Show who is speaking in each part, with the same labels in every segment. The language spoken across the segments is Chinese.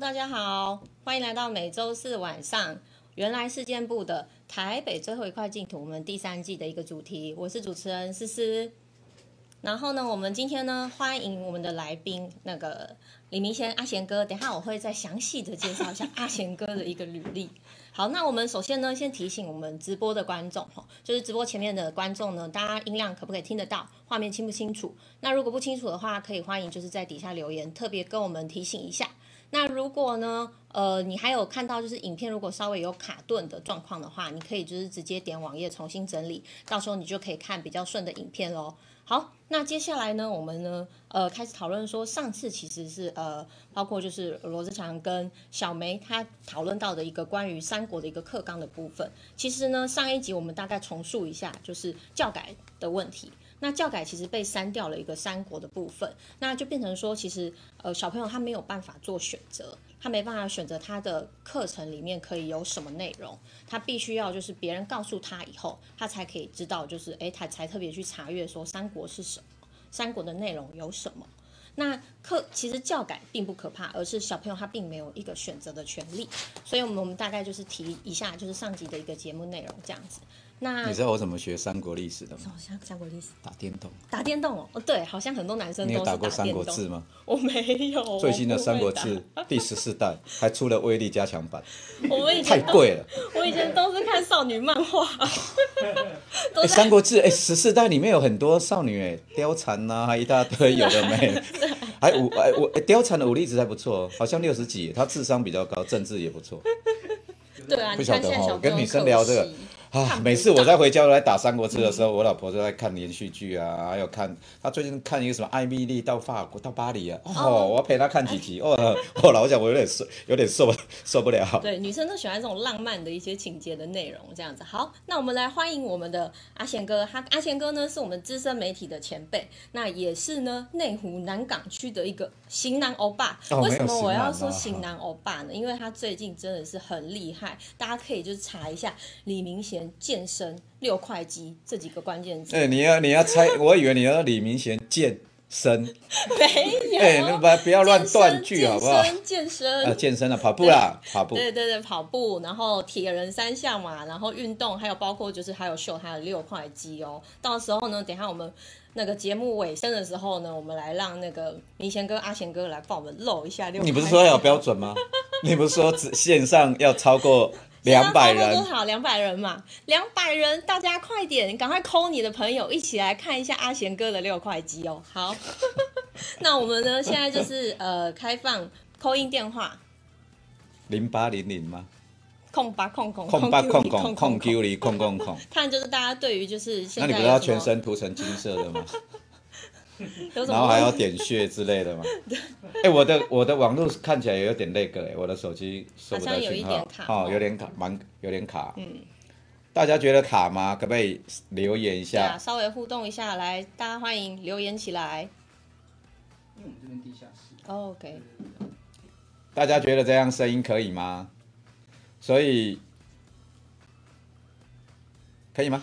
Speaker 1: 大家好，欢迎来到每周四晚上原来事件部的台北最后一块净土，我们第三季的一个主题。我是主持人思思。然后呢，我们今天呢，欢迎我们的来宾那个李明贤阿贤哥。等一下我会再详细的介绍一下阿贤哥的一个履历。好，那我们首先呢，先提醒我们直播的观众哈，就是直播前面的观众呢，大家音量可不可以听得到，画面清不清楚？那如果不清楚的话，可以欢迎就是在底下留言，特别跟我们提醒一下。那如果呢，呃，你还有看到就是影片如果稍微有卡顿的状况的话，你可以就是直接点网页重新整理，到时候你就可以看比较顺的影片喽。好，那接下来呢，我们呢，呃，开始讨论说上次其实是呃，包括就是罗志祥跟小梅她讨论到的一个关于三国的一个课纲的部分。其实呢，上一集我们大概重述一下，就是教改的问题。那教改其实被删掉了一个三国的部分，那就变成说，其实呃小朋友他没有办法做选择，他没办法选择他的课程里面可以有什么内容，他必须要就是别人告诉他以后，他才可以知道，就是诶，他才特别去查阅说三国是什么，三国的内容有什么。那课其实教改并不可怕，而是小朋友他并没有一个选择的权利，所以我们我们大概就是提一下，就是上集的一个节目内容这样子。那
Speaker 2: 你知道我怎么学三国历史的吗？
Speaker 1: 好像三国历史
Speaker 2: 打电动。
Speaker 1: 打电动哦，哦对，好像很多男生
Speaker 2: 你
Speaker 1: 都
Speaker 2: 有
Speaker 1: 是
Speaker 2: 打过《
Speaker 1: 电动。
Speaker 2: 三国志》吗？
Speaker 1: 我没有。
Speaker 2: 最新的
Speaker 1: 我
Speaker 2: 《
Speaker 1: 不会
Speaker 2: 三国
Speaker 1: 打
Speaker 2: 志》 第十四代还出了威力加强版，
Speaker 1: 我们以
Speaker 2: 太
Speaker 1: 前
Speaker 2: 贵了。
Speaker 1: 我以前都是看少女漫画，
Speaker 2: 哎，
Speaker 1: 都在
Speaker 2: 《三国志》哎，十四代里面有很多少女哎，貂蝉呐，还一大
Speaker 1: 啊
Speaker 2: 堆有的没的，还武哎我哎貂蝉的武力值还不错哦，好像六十几，她智商比较高，政治也不错
Speaker 1: 对啊，
Speaker 2: 不
Speaker 1: 你
Speaker 2: 晓
Speaker 1: 看
Speaker 2: 得
Speaker 1: 现在
Speaker 2: 哦
Speaker 1: 小
Speaker 2: 跟
Speaker 1: 朋友
Speaker 2: 女生
Speaker 1: 可
Speaker 2: 聊这个
Speaker 1: 惜看
Speaker 2: 啊。
Speaker 1: 不
Speaker 2: 每次我
Speaker 1: 到
Speaker 2: 在回家我在打《三国志》的时候，我老婆都在看连续剧啊，还有看她最近看一个什么《艾米丽到法国到巴黎》啊，
Speaker 1: 哦
Speaker 2: 哦，我要陪她看几集 哦。后来我想我有点受有点受不受不了。
Speaker 1: 对，女生都喜欢这种浪漫的一些情节的内容，这样子。好，那我们来欢迎我们的阿贤哥。他阿贤哥呢，是我们资深媒体的前辈，那也是呢内湖南港区的一个型男欧巴。
Speaker 2: 哦
Speaker 1: 为什
Speaker 2: 没有
Speaker 1: 么
Speaker 2: 型
Speaker 1: 我要
Speaker 2: 男
Speaker 1: 说
Speaker 2: 啊
Speaker 1: 型男欧巴呢？因为他最近真的是很厉害，大家可以就是查一下李明贤健身六块肌这几个关键字。
Speaker 2: 哎、你要你要猜，我以为你要说李明贤健 身，
Speaker 1: 没有，啊
Speaker 2: 哎、你不不要乱断句
Speaker 1: 健身
Speaker 2: 好不好？
Speaker 1: 健身健身
Speaker 2: 啊，健身啊，跑步啦，跑步。
Speaker 1: 对对对，跑步，然后铁人三项嘛，然后运动，还有包括就是还有秀他的六块肌哦。到时候呢，等一下我们那个节目尾声的时候呢，我们来让那个明贤哥、阿贤哥来帮我们露一下六块肌。
Speaker 2: 你不是说要有标 准吗？你不是说只线上要超过两百
Speaker 1: 现在差不多
Speaker 2: 人？
Speaker 1: 多少？两百人嘛，两百人，大家快点，赶快抠你的朋友一起来看一下阿贤哥的六块肌哦。好， 那我们呢现在就是呃开放扣印电话。
Speaker 2: 零八零零吗？
Speaker 1: 空八空空
Speaker 2: 控八控控控
Speaker 1: 空
Speaker 2: Q 零控控控。
Speaker 1: 看就是大家对于就是
Speaker 2: 那
Speaker 1: 现
Speaker 2: 你
Speaker 1: 在
Speaker 2: 不
Speaker 1: 有
Speaker 2: 是
Speaker 1: 什
Speaker 2: 要
Speaker 1: 么
Speaker 2: 全身涂成金色 的吗？
Speaker 1: 有什
Speaker 2: 然后还要
Speaker 1: 么
Speaker 2: 点穴之 类的吗？哎、我的我的网络看起来也有点那个、哎，我的手机收不
Speaker 1: 好
Speaker 2: 到
Speaker 1: 像有一
Speaker 2: 信
Speaker 1: 点
Speaker 2: 号
Speaker 1: 卡，
Speaker 2: 哦
Speaker 1: 哦，
Speaker 2: 有点卡，蛮有点卡。嗯，大家觉得卡吗？可不可以留言一
Speaker 1: 对
Speaker 2: 下
Speaker 1: 啊，？稍微互动一下，来，大家欢迎留言起来。哦
Speaker 3: 因为我们这边地下室，
Speaker 1: OK，
Speaker 2: 大家觉得这样声音可以吗？所以可以吗？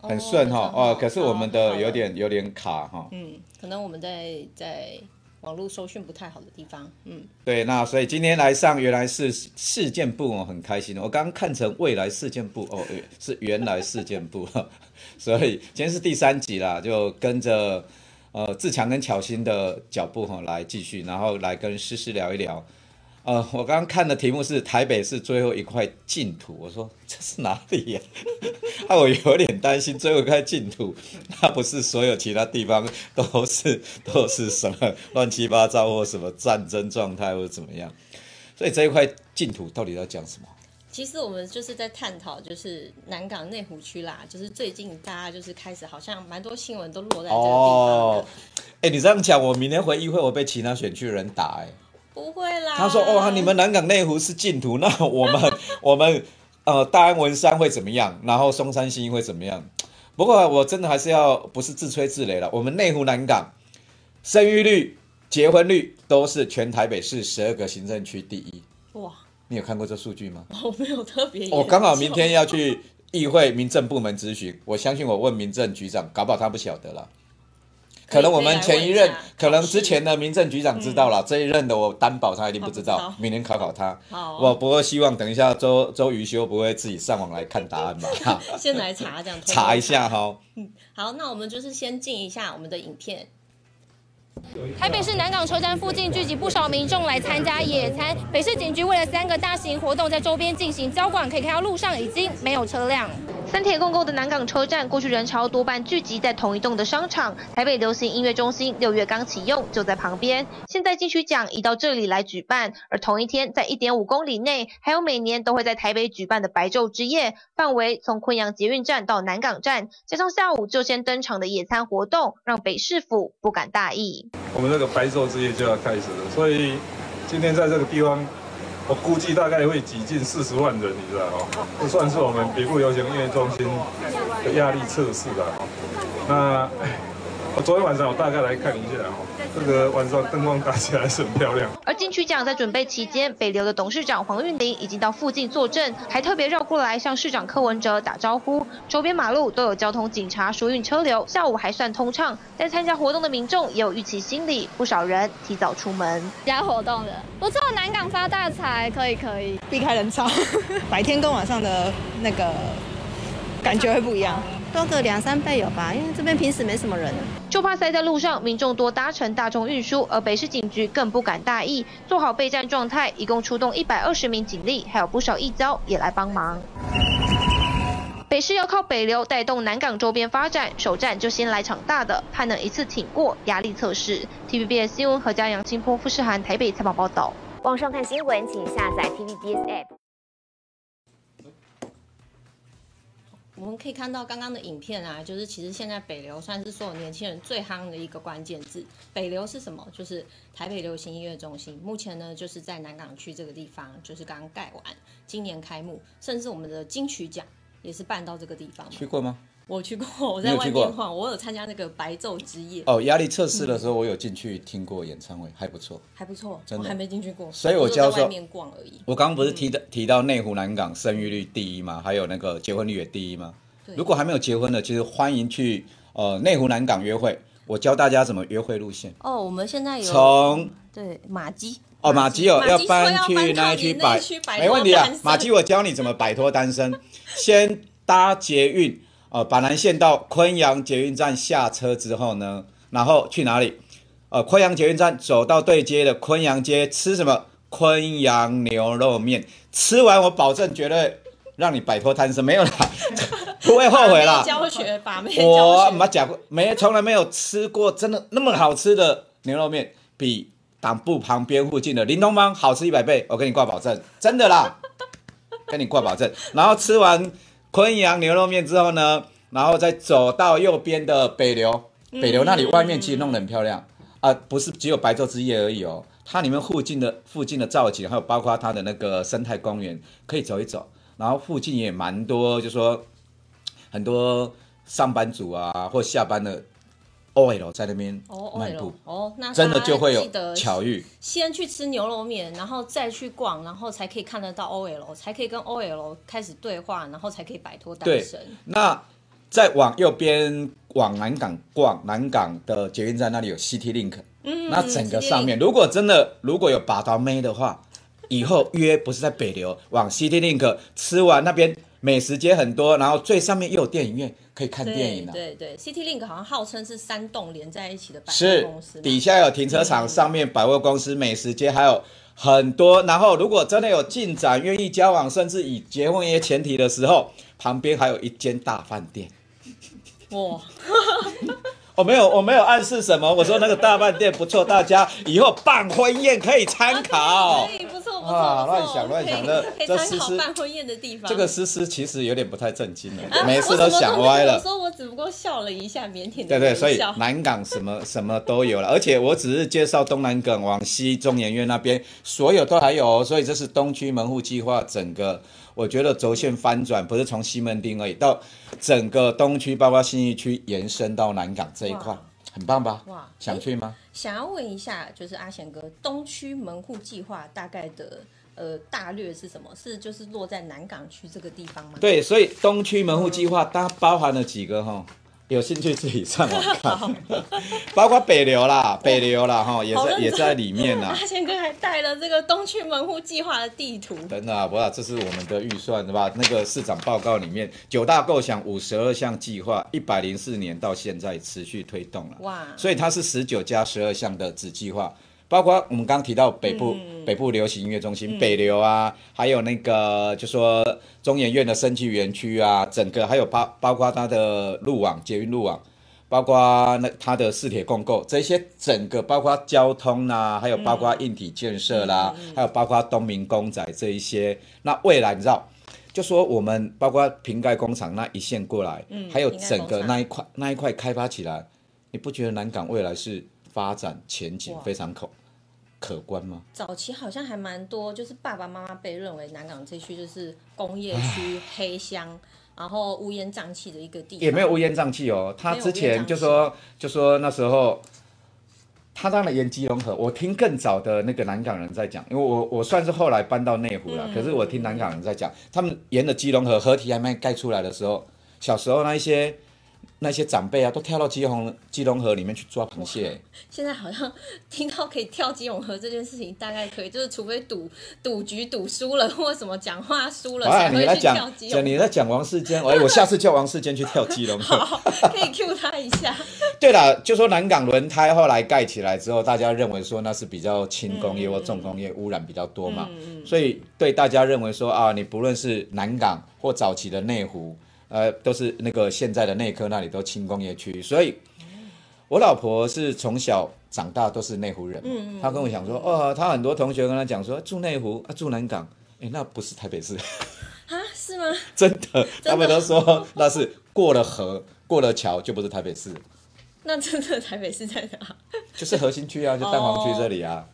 Speaker 2: 很顺哈哦，可是我们的有，点有点卡哦哈。
Speaker 1: 嗯，可能我们在在网络搜讯不太好的地方，嗯，
Speaker 2: 对，那所以今天来上原来是事件部哦，很开心。我刚刚看成未来事件部哦，呃是原来事件部， 所以今天是第三集啦，就跟着呃志强跟巧心的脚步哈、哦、来继续，然后来跟诗诗聊一聊。呃，我刚刚看的题目是台北市最后一块净土，我说这是哪里呀、 害我有点担心最后一块净土，那不是所有其他地方都是都是什么乱七八糟或什么战争状态或者怎么样，所以这一块净土到底在讲什么？
Speaker 1: 其实我们就是在探讨，就是南港内湖区啦，就是最近大家就是开始好像蛮多新闻都落在这个地方的，
Speaker 2: 哦，哎、你这样讲，我明天回议会，我被其他选区人打、
Speaker 1: 啊
Speaker 2: 哎，
Speaker 1: 不会啦。
Speaker 2: 他说哦，你们南港内湖是净土，那 我们我们呃大安文山会怎么样？然后松山新义会怎么样？不过啊我真的还是要不是自吹自擂了，我们内湖南港生育率、结婚率都是全台北市十二个行政区第一。
Speaker 1: 哇，
Speaker 2: 你有看过这数据吗？
Speaker 1: 我没有特别研究，
Speaker 2: 我哦刚好明天要去议会民政部门咨询，我相信我问民政局长，搞不好他不晓得了。可能我们前一任
Speaker 1: 可以可以来问一下，
Speaker 2: 可能之前的民政局长知道了，这一任的我担保他一定不知
Speaker 1: 他不
Speaker 2: 道
Speaker 1: 知，道哦
Speaker 2: 明年考考他。
Speaker 1: 好，啊
Speaker 2: 我不过希望等一下周周瑜修不会自己上网来看答案吧，哈
Speaker 1: 先来查这样，偷偷
Speaker 2: 查一。下哈。
Speaker 1: 好，那我们就是先进一下我们的影片。
Speaker 4: 台北市南港车站附近聚集不少民众来参加野餐。北市警局为了三个大型活动在周边进行交管，可以看到路上已经没有车辆。三铁共构的南港车站，过去人潮多半聚集在同一栋的商场。台北流行音乐中心六月刚启用，就在旁边。现在金曲奖移到这里来举办，而同一天在一点五公里内，还有每年都会在台北举办的白昼之夜，范围从昆阳捷运站到南港站，加上下午就先登场的野餐活动，让北市府不敢大意。
Speaker 5: 我们这个白昼之夜就要开始了，所以今天在这个地方，我估计大概会挤进四十万人，你知道哦，这算是我们北部流行音乐中心的压力测试了哦。那 我昨天晚上我大概来看一下哦，这个晚上灯光打起来是很漂亮。
Speaker 4: 而金曲奖在准备期间，北流的董事长黄韵玲已经到附近坐镇，还特别绕过来向市长柯文哲打招呼。周边马路都有交通警察疏运车流，下午还算通畅。在参加活动的民众也有预期心理，不少人提早出门。
Speaker 6: 加活动的，不错，南港发大财，可以可以。
Speaker 7: 避开人潮， 白天跟晚上的那个感觉会不一样。
Speaker 8: 多个两三倍有吧，因为这边平时没什么人。
Speaker 4: 就怕塞在路上，民众多搭乘大众运输，而北市警局更不敢大意，做好备战状态，一共出动一百二十名警力，还有不少义交也来帮忙。北市要靠北流带动南港周边发展，首站就先来场大的，盼能一次挺过压力测试。TVBS 新闻何家杨清波、富士涵台北采访报道。
Speaker 9: 网上看新闻，请下载 TVBS App。
Speaker 1: 我们可以看到刚刚的影片啊，就是其实现在北流算是所有年轻人最夯的一个关键字。北流是什么？就是台北流行音乐中心。目前呢，就是在南港区这个地方，就是刚刚盖完，今年开幕，甚至我们的金曲奖也是办到这个地方嘛。
Speaker 2: 去过吗？
Speaker 1: 我去过，我在
Speaker 2: 你有
Speaker 1: 外
Speaker 2: 去过
Speaker 1: 面晃，我有参加那个白昼之夜，
Speaker 2: 哦，压力测试的时候我有进去听过演唱会，还不错。
Speaker 1: 还不错，
Speaker 2: 真的
Speaker 1: 我还没进去过，
Speaker 2: 所以我
Speaker 1: 就在
Speaker 2: 教授
Speaker 1: 外面逛而已。
Speaker 2: 我刚刚不是提到提到内湖南港生育率第一吗？还有那个结婚率也第一吗
Speaker 1: 对？
Speaker 2: 如果还没有结婚的，其实欢迎去呃内湖南港约会，我教大家怎么约会路线，
Speaker 1: 哦，我们现在有
Speaker 2: 从。
Speaker 1: 对马基
Speaker 2: 哦，马吉哦，
Speaker 1: 马基说
Speaker 2: 搬
Speaker 1: 要
Speaker 2: 去那一
Speaker 1: 区
Speaker 2: 摆，
Speaker 1: 摆
Speaker 2: 没问题啊
Speaker 1: 脱单。身
Speaker 2: 马吉，我教你怎么摆脱 单身。先搭捷运，呃，板南线到昆阳捷运站下车之后呢，然后去哪里？呃，昆阳捷运站走到对街的昆阳街，吃什么？昆阳牛肉面。吃完我保证绝对让你摆脱单身，没有啦， 不会后悔啦
Speaker 1: 把妹。教学，把妹
Speaker 2: 我
Speaker 1: 教
Speaker 2: 没
Speaker 1: 学，
Speaker 2: 讲过，没从来没有吃过真的那么好吃的牛肉面，比党部旁边附近的林东方好吃一百倍，我跟你挂保证，真的啦，跟你挂保证。然后吃完昆阳牛肉面之后呢，然后再走到右边的北流，北流那里外面其实弄得很漂亮啊、不是只有白昼之夜而已哦，它里面附近的附近的造景，还有包括它的那个生态公园，可以走一走。然后附近也蛮多，就说很多上班族啊或下班的 OL 在那边
Speaker 1: 哦
Speaker 2: 漫
Speaker 1: 哦
Speaker 2: 步，
Speaker 1: 哦，那
Speaker 2: 真的
Speaker 1: 大家
Speaker 2: 就会有
Speaker 1: 记得
Speaker 2: 巧遇。
Speaker 1: 先去吃牛肉面，然后再去逛，然后才可以看得到 OL，才可以跟 OL 开始对话，然后才可以摆脱单
Speaker 2: 对
Speaker 1: 身。
Speaker 2: 那再往右边往南港逛，南港的捷运站那里有 City Link，嗯，那整个上面如果真的如果有把刀妹的话，以后约不是在北流，往 City Link 吃完那边美食街很多，然后最上面又有电影院可以看电
Speaker 1: 对
Speaker 2: 影啊。
Speaker 1: 对对，City Link 好像号称是三栋连在一起的百货
Speaker 2: 是
Speaker 1: 公司嘛，
Speaker 2: 底下有停车场，上面百货公司、美食街，还有很多。然后，如果真的有进展、愿意交往，甚至以结婚为前提的时候，旁边还有一间大饭店。
Speaker 1: 哇，
Speaker 2: 我、哦没有，我没有暗示什么。我说那个大饭店不错，大家以后办婚宴可以参 考。
Speaker 1: 可以不错不错
Speaker 2: 啊
Speaker 1: 不错
Speaker 2: 乱想乱
Speaker 1: 可以
Speaker 2: 想这
Speaker 1: 可以
Speaker 2: 这
Speaker 1: 参
Speaker 2: 思
Speaker 1: 考
Speaker 2: 思
Speaker 1: 办婚宴的地方。
Speaker 2: 这个思思其实有点不太正经
Speaker 1: 啊
Speaker 2: 了， 每次都想歪
Speaker 1: 我什么都
Speaker 2: 了。
Speaker 1: 没有说我只不过笑了一下，腼腆的
Speaker 2: 对对，所以
Speaker 1: 笑
Speaker 2: 南港什么什么都有了，而且我只是介绍东南港往西中研院那边，所有都还有哦、所以这是东区门户计划整个，我觉得轴线翻转不是从西门町而已，到整个东区，包括信义区延伸到南港这一块
Speaker 1: 哇，
Speaker 2: 很棒吧？
Speaker 1: 哇
Speaker 2: 想去吗？
Speaker 1: 想要问一下，就是阿贤哥，东区门户计划大概的呃大略是什么？是就是落在南港区这个地方吗？，
Speaker 2: 对，所以东区门户计划它包含了几个哈、有兴趣自己上网看，包括北流啦、北流啦，哈，也
Speaker 1: 好认
Speaker 2: 在
Speaker 1: 真
Speaker 2: 也在里面啦
Speaker 1: 阿。贤哥还带了这个东区门户计划的地图，
Speaker 2: 等等啊，不要，这是我们的预算对吧？那个市长报告里面九大构想五十二项计划，一百零四年到现在持续推动了。
Speaker 1: 哇，
Speaker 2: 所以它是十九加十二项的子计划，包括我们刚提到北部、北部流行音乐中心、北流啊，还有那个就说中研院的升级园区啊，整个还有包包括它的路网、捷运路网，包括那它的市铁共构这些，整个包括交通啦、还有包括硬体建设啦，
Speaker 1: 嗯
Speaker 2: 还有包括东明公仔这一些，那未来你知道？就说我们包括瓶盖工厂那一线过来，
Speaker 1: 嗯
Speaker 2: 还有
Speaker 1: 瓶盖
Speaker 2: 整
Speaker 1: 工
Speaker 2: 个
Speaker 1: 厂
Speaker 2: 那一块那一块开发起来，你不觉得南港未来是发展前景
Speaker 1: 哇
Speaker 2: 非常可可观吗？
Speaker 1: 早期好像还蛮多，就是爸爸妈妈被认为南港这区就是工业区、黑箱，然后乌烟瘴气的一个地方，
Speaker 2: 也没有乌烟瘴气哦。他
Speaker 1: 没有
Speaker 2: 之前就说就说那时候，他当然沿基隆河，我听更早的那个南港人在讲，因为我我算是后来搬到内湖了，
Speaker 1: 嗯
Speaker 2: 可是我听南港人在讲，他们沿着基隆河河堤还没盖出来的时候，小时候那一些。那些长辈啊，都跳到基隆基隆河里面去抓螃蟹，
Speaker 1: 现在好像听到可以跳基永河这件事情，大概可以，就是除非赌赌局赌输了或什么讲话输了才
Speaker 2: 你
Speaker 1: 会
Speaker 2: 来
Speaker 1: 去跳
Speaker 2: 讲
Speaker 1: 基，
Speaker 2: 讲
Speaker 1: 永
Speaker 2: 你来讲王世坚，哎，我下次叫王世坚去跳基隆河。
Speaker 1: 河，哦可以 Q 他一下。
Speaker 2: 对了，就说南港轮胎后来盖起来之后，大家认为说那是比较轻工业或重工业污染比较多嘛，所以对大家认为说啊，你不论是南港或早期的内湖，呃，都是那个现在的内科那里都轻工业区，所以我老婆是从小长大都是内湖人嘛，她跟我讲说，哦，她很多同学跟她讲说住内湖啊，住南港，哎，那不是台北市。
Speaker 1: 啊，是吗？
Speaker 2: 真的，他们都说那是过了河、过了桥就不是台北市，
Speaker 1: 那真的台北市在哪？
Speaker 2: 就是核心区啊，就蛋黄区这里啊。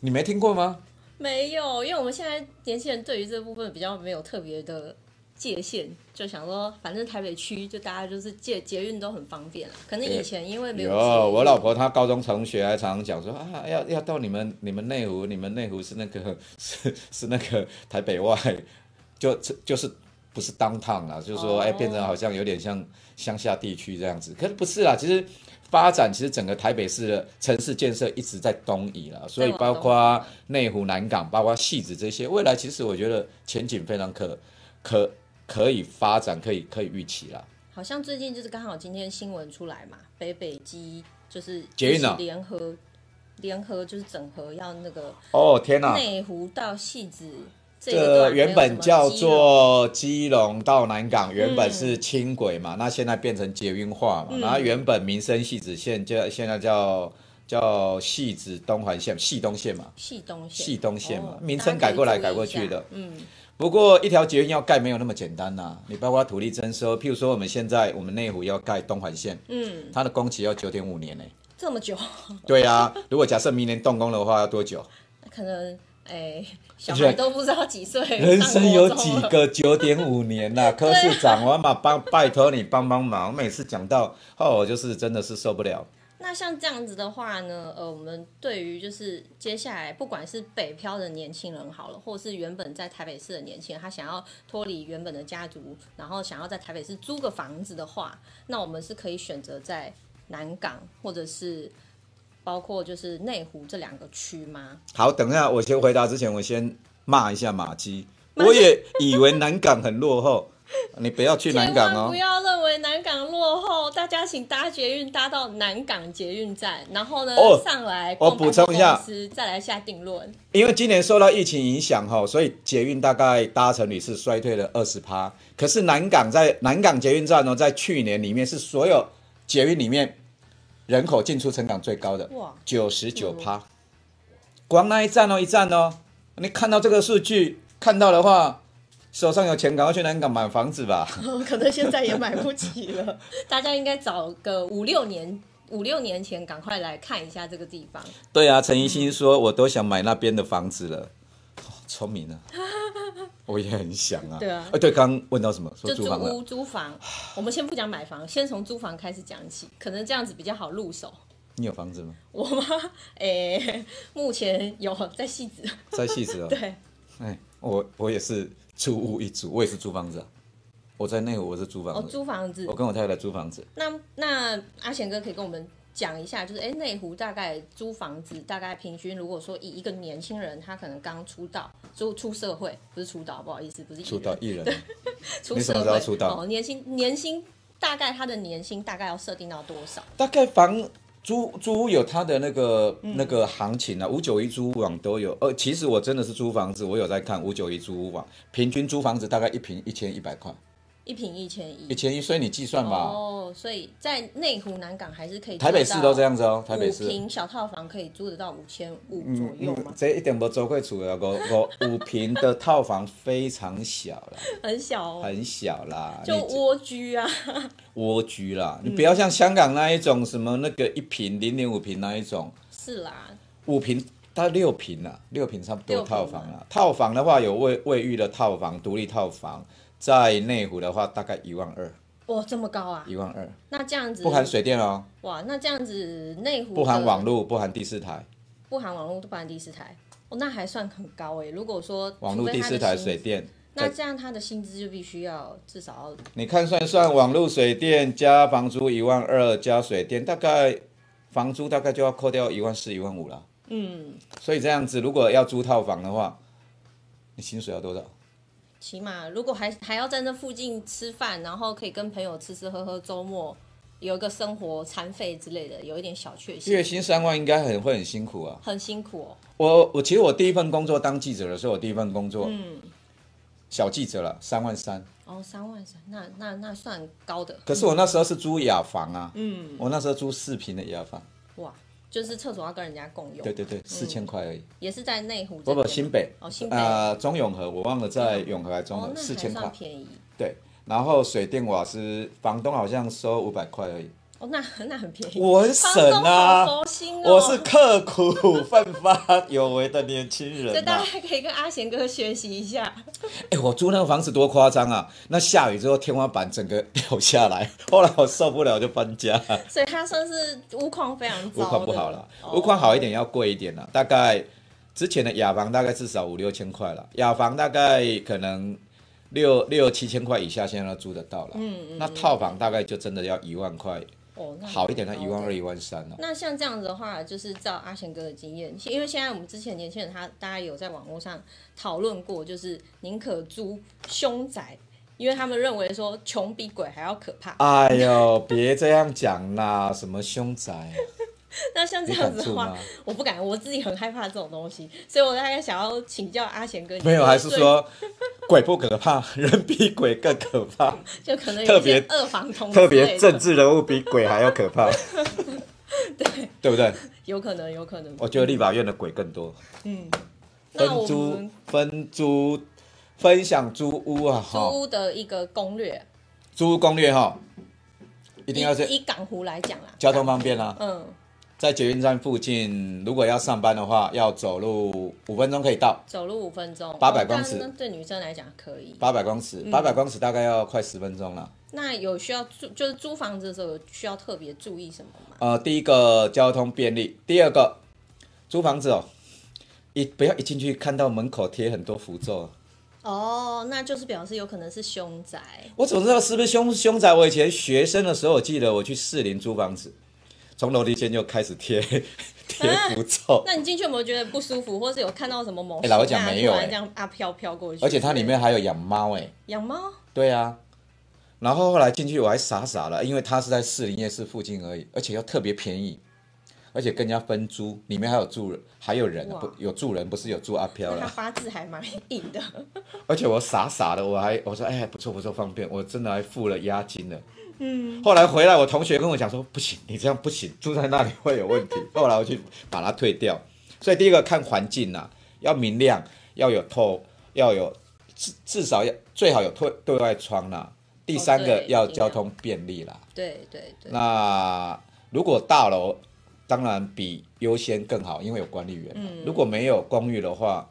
Speaker 2: 你没听过吗？
Speaker 1: 没有，因为我们现在年轻人对于这部分比较没有特别的界限，就想说反正台北区就大家就是捷捷运都很方便啊。可能以前因为没
Speaker 2: 有，
Speaker 1: 有捷运
Speaker 2: 我老婆她高中同学还常常讲说啊，要要到你们你们内湖，你们内湖是那个 是是那个台北外，就就就是不是 downtown 啦，就是说
Speaker 1: 哦
Speaker 2: 哎、变成好像有点像乡下地区这样子，可是不是啦，其实。发展其实整个台北市的城市建设一直在东移了，所以包括内湖、南港，包括戏子这些，未来其实我觉得前景非常可可可以发展，可以可以预期啦。
Speaker 1: 好像最近就是刚好今天新闻出来嘛，北北基就是
Speaker 2: 捷运啊
Speaker 1: 一起联合联合就是整合要那个
Speaker 2: 哦天哪、
Speaker 1: 内湖到戏子这个
Speaker 2: 这
Speaker 1: 段
Speaker 2: 原本叫
Speaker 1: 还有什么
Speaker 2: 做基隆到南港，原本是轻轨
Speaker 1: 嗯
Speaker 2: 嘛，那现在变成捷运化嘛，然后原本民生戏子线就现在叫叫戏子东环线、戏东线嘛，
Speaker 1: 基隆戏东线
Speaker 2: 戏东线嘛
Speaker 1: 哦
Speaker 2: 名称改过来改过去的
Speaker 1: 大家可以注意一下嗯，
Speaker 2: 不过一条捷运要盖没有那么简单呐、你包括土地征收，譬如说我们现在我们内湖要盖东环线，嗯，它的工期要九点五年呢、
Speaker 1: 这么久，
Speaker 2: 对啊，如果假设明年动工的话，要多久？
Speaker 1: 那可能哎小
Speaker 2: 而且
Speaker 1: 孩都不知道几岁，
Speaker 2: 人
Speaker 1: 上
Speaker 2: 生
Speaker 1: 国
Speaker 2: 有
Speaker 1: 中
Speaker 2: 几
Speaker 1: 了啊
Speaker 2: 个九点五年 呐、柯市长，我嘛帮拜托你帮帮忙。我每次讲到哦，我就是真的是受不了。
Speaker 1: 那像这样子的话呢，呃，我们对于就是接下来不管是北漂的年轻人好了，或是原本在台北市的年轻人，他想要脱离原本的家族，然后想要在台北市租个房子的话，那我们是可以选择在南港或者是包括就是内湖这两个区吗？
Speaker 2: 好，等一下我先回答之前，我先骂一下马基。我也以为南港很落后，你不要去南港
Speaker 1: 千万
Speaker 2: 哦
Speaker 1: 不。要认为南港落后，大家请搭捷运搭到南港捷运站，然后呢、
Speaker 2: 哦
Speaker 1: 上来
Speaker 2: 我
Speaker 1: 逛
Speaker 2: 补充一下
Speaker 1: 百货公司，再来下定论。
Speaker 2: 因为今年受到疫情影响哈，所以捷运大概搭乘率是衰退了二十趴。可是南港在南港捷运站呢，在去年里面是所有捷运里面人口进出成长最高的
Speaker 1: 哇，嗯
Speaker 2: 九十九趴。光那一站哦，一站哦，你看到这个数据，看到的话，手上有钱赶快去南港买房子 吧。
Speaker 1: 可能现在也买不起了。 大家应该找个五六年、五六年前赶快来看一下这个地方。
Speaker 2: 对啊，陈怡欣说，我都想买那边的房子了。哦聪 明啊，我也很想啊。
Speaker 1: 对啊
Speaker 2: 哎，对，刚问到什么？说
Speaker 1: 就
Speaker 2: 租
Speaker 1: 租
Speaker 2: 房了。
Speaker 1: 屋、租房，我们先不讲买房，先从租房开始讲起，可能这样子比较好入手。
Speaker 2: 你有房子吗？
Speaker 1: 我妈，诶、目前有在戏子，
Speaker 2: 在戏子哦。
Speaker 1: 对，
Speaker 2: 哎，我我也是租屋一族，我也是租房子、啊。我在内湖，我是租
Speaker 1: 哦，
Speaker 2: 房子，
Speaker 1: 租嗯房子
Speaker 2: 我。跟我太太租房子。
Speaker 1: 那那阿贤哥可以跟我们讲一下，就是哎，内湖大概租房子大概平均，如果说以一个年轻人，他可能刚出道，出出社会，不是出道，不好意思，不是艺人
Speaker 2: 出道艺人，
Speaker 1: 出
Speaker 2: 你
Speaker 1: 社会
Speaker 2: 什么时候出道
Speaker 1: 哦，年薪年薪大概他的年薪大概要设定到多少？
Speaker 2: 大概房租租屋有它的那个、
Speaker 1: 嗯
Speaker 2: 那个行情啊，五九一租屋网都有。呃，其实我真的是租房子，我有在看五九一租屋网，平均租房子大概一平一千一百块，
Speaker 1: 一平一千一
Speaker 2: 一。千一，所以你计算吧。
Speaker 1: 哦，所以在内湖南港还是可以，
Speaker 2: 台北市都这，样子哦，台北市嗯
Speaker 1: 五。平小套房可以租得到五千五左右嘛，
Speaker 2: 这一点不周贵楚了，我我五平的套房非常小啦，
Speaker 1: 很小哦，
Speaker 2: 很小啦，
Speaker 1: 就
Speaker 2: 你
Speaker 1: 蜗居啊，
Speaker 2: 蜗居啦，
Speaker 1: 嗯
Speaker 2: 你不要像香港那一种什么那个一平零点五平那一种，
Speaker 1: 是啦，
Speaker 2: 五平到六平啦，六平差不
Speaker 1: 六啊
Speaker 2: 多
Speaker 1: 平
Speaker 2: 套房啦。套房的话有卫卫浴的套房，独立套房，在内湖的话大概一万二，
Speaker 1: 哇，这么高啊，
Speaker 2: 一万二，
Speaker 1: 那这样子
Speaker 2: 不含水电哦，
Speaker 1: 哇，那这样子内湖
Speaker 2: 不含
Speaker 1: 的
Speaker 2: 网，络，不含第四台，
Speaker 1: 不含网络，不含第四台，哦，那还算很高哎、如果说
Speaker 2: 网络
Speaker 1: 除非
Speaker 2: 第
Speaker 1: 他
Speaker 2: 四
Speaker 1: 的
Speaker 2: 台
Speaker 1: 薪
Speaker 2: 水，电。
Speaker 1: 那这样他的薪资就必须要至少要
Speaker 2: 你看算一算，网络、水电加房租一万二，加水电大概房租大概就要扣掉一万四、一万五了。
Speaker 1: 嗯，
Speaker 2: 所以这样子，如果要租套房的话，你薪水要多少？
Speaker 1: 起码如果还还要在那附近吃饭，然后可以跟朋友吃吃喝喝，周末有一个生活餐费之类的，有一点小确
Speaker 2: 月
Speaker 1: 幸，
Speaker 2: 薪三万应该很会很辛苦啊。
Speaker 1: 很辛苦哦。
Speaker 2: 我我其实我第一份工作当记者的时候，我第一份工作、
Speaker 1: 嗯，
Speaker 2: 小记者了，三万三。
Speaker 1: 哦，三万三，那那那算高的，
Speaker 2: 可是我那时候是租雅房啊，
Speaker 1: 嗯，
Speaker 2: 我那时候租四平的雅房，
Speaker 1: 哇，就是厕所要跟人家共用，
Speaker 2: 对对对，四千块而已。
Speaker 1: 也是在内湖这
Speaker 2: 不不，
Speaker 1: 边
Speaker 2: 新北，
Speaker 1: 嗯哦新北
Speaker 2: 呃，中永和，我忘了在永和还是中
Speaker 1: 哦
Speaker 2: 和，，
Speaker 1: 那
Speaker 2: 四
Speaker 1: 还
Speaker 2: 千块
Speaker 1: 算。便宜。
Speaker 2: 对，然后水电瓦斯，房东好像收五百块而已。
Speaker 1: 哦，那 那很便宜。
Speaker 2: 我很
Speaker 1: 房
Speaker 2: 省
Speaker 1: 东
Speaker 2: 啊，
Speaker 1: 好佛心哦、
Speaker 2: 我是刻苦奋发有为的年轻
Speaker 1: 这
Speaker 2: 人
Speaker 1: 大
Speaker 2: 啊。
Speaker 1: 家可以跟阿贤哥学习一下。
Speaker 2: 哎、我租那个房子多夸张啊！那下雨之后天花板整个 掉下来，后来我受不了就搬家。
Speaker 1: 所以他算是屋况非常糟
Speaker 2: 屋
Speaker 1: 的，
Speaker 2: 况不好了，
Speaker 1: 哦
Speaker 2: 屋况好一点要贵一点了，大概之前的雅房大概至少五六千块了，雅房大概可能六六七千块以下现在都租得到了。嗯嗯。那套房大概就真的要一万块，
Speaker 1: 哦，那
Speaker 2: 好一点的
Speaker 1: 蛮
Speaker 2: 一
Speaker 1: 高
Speaker 2: 万二、。一万三了。
Speaker 1: 那像这样子的话，就是照阿贤哥的经验，因为现在我们之前年轻人他大家有在网络上讨论过，就是宁可租凶宅，因为他们认为说穷比鬼还要可怕。
Speaker 2: 哎呦，别这样讲啦，什么凶宅啊，
Speaker 1: 那像这
Speaker 2: 你
Speaker 1: 样
Speaker 2: 敢
Speaker 1: 子的
Speaker 2: 住
Speaker 1: 话
Speaker 2: 吗，？
Speaker 1: 我不敢，我自己很害怕这种东西，所以我大概想要请教阿贤哥，你
Speaker 2: 没有，
Speaker 1: 对
Speaker 2: 还是
Speaker 1: 最
Speaker 2: 说鬼不可怕，人比鬼更可 怕，
Speaker 1: 就可能有
Speaker 2: 特
Speaker 1: 一些
Speaker 2: 别
Speaker 1: 二房东
Speaker 2: 特
Speaker 1: 之类
Speaker 2: 别
Speaker 1: 的
Speaker 2: 政治人物比鬼还要可怕，
Speaker 1: 对，
Speaker 2: 对不对？
Speaker 1: 有可能，有可能。
Speaker 2: 我觉得立法院的鬼更多。
Speaker 1: 嗯那我
Speaker 2: 分租
Speaker 1: 们
Speaker 2: 分租分享租屋啊，哈，
Speaker 1: 租屋的一个攻略，
Speaker 2: 租屋攻略哈，一
Speaker 1: 一
Speaker 2: 定要是
Speaker 1: 以港湖来讲啦，
Speaker 2: 交通方便啦、啊，
Speaker 1: 嗯，
Speaker 2: 在捷运站附近，如果要上班的话，要走路五分钟可以到，
Speaker 1: 走路五分钟，
Speaker 2: 800
Speaker 1: 哦但
Speaker 2: 公尺
Speaker 1: 那对女生来讲可以。
Speaker 2: 八百公尺，
Speaker 1: 嗯
Speaker 2: 八百公尺大概要快十分钟了。
Speaker 1: 那有需要住，就是租房子的时候有需要特别注意什么吗？
Speaker 2: 呃，第一个交通便利，第二个租房子哦，一不要一进去看到门口贴很多符咒啊。
Speaker 1: 哦，那就是表示有可能是凶宅，
Speaker 2: 我怎么知道是不是凶凶宅？我以前学生的时候，我记得我去士林租房子，从楼梯间就开始贴 贴符咒。
Speaker 1: 啊那你进去有没有觉得不舒服，或是有看到什么某
Speaker 2: 哎老实
Speaker 1: 神啊
Speaker 2: 讲没有
Speaker 1: 突然
Speaker 2: 哎
Speaker 1: 这样啊飘飘过去，
Speaker 2: 而且它里面还有养猫哎、
Speaker 1: 养猫，
Speaker 2: 对啊。然后后来进去我还傻傻了，因为它是在士林夜市附近而已，而且又特别便宜，而且跟人家分租，里面还有住人，还有人啊
Speaker 1: 哇
Speaker 2: 不有住人，不是有住阿飘
Speaker 1: 那他
Speaker 2: 啦。
Speaker 1: 八字还蛮硬的，
Speaker 2: 而且我傻傻的，我还我说哎不错不错方便，我真的还付了押金了。嗯，后来回来，我同学跟我讲说，不行，你这样不行，住在那里会有问题。 后来我去把它退掉。所以第一个看环境呐、要明亮，要有透，要有至至少要最好有对对外窗啦、第三
Speaker 1: 哦
Speaker 2: 个
Speaker 1: 对
Speaker 2: 要
Speaker 1: 一定
Speaker 2: 交
Speaker 1: 要
Speaker 2: 通便利啦。
Speaker 1: 对对对，
Speaker 2: 那如果大楼当然比优先更好，因为有管理员嘛。
Speaker 1: 嗯
Speaker 2: 如果没有公寓的话，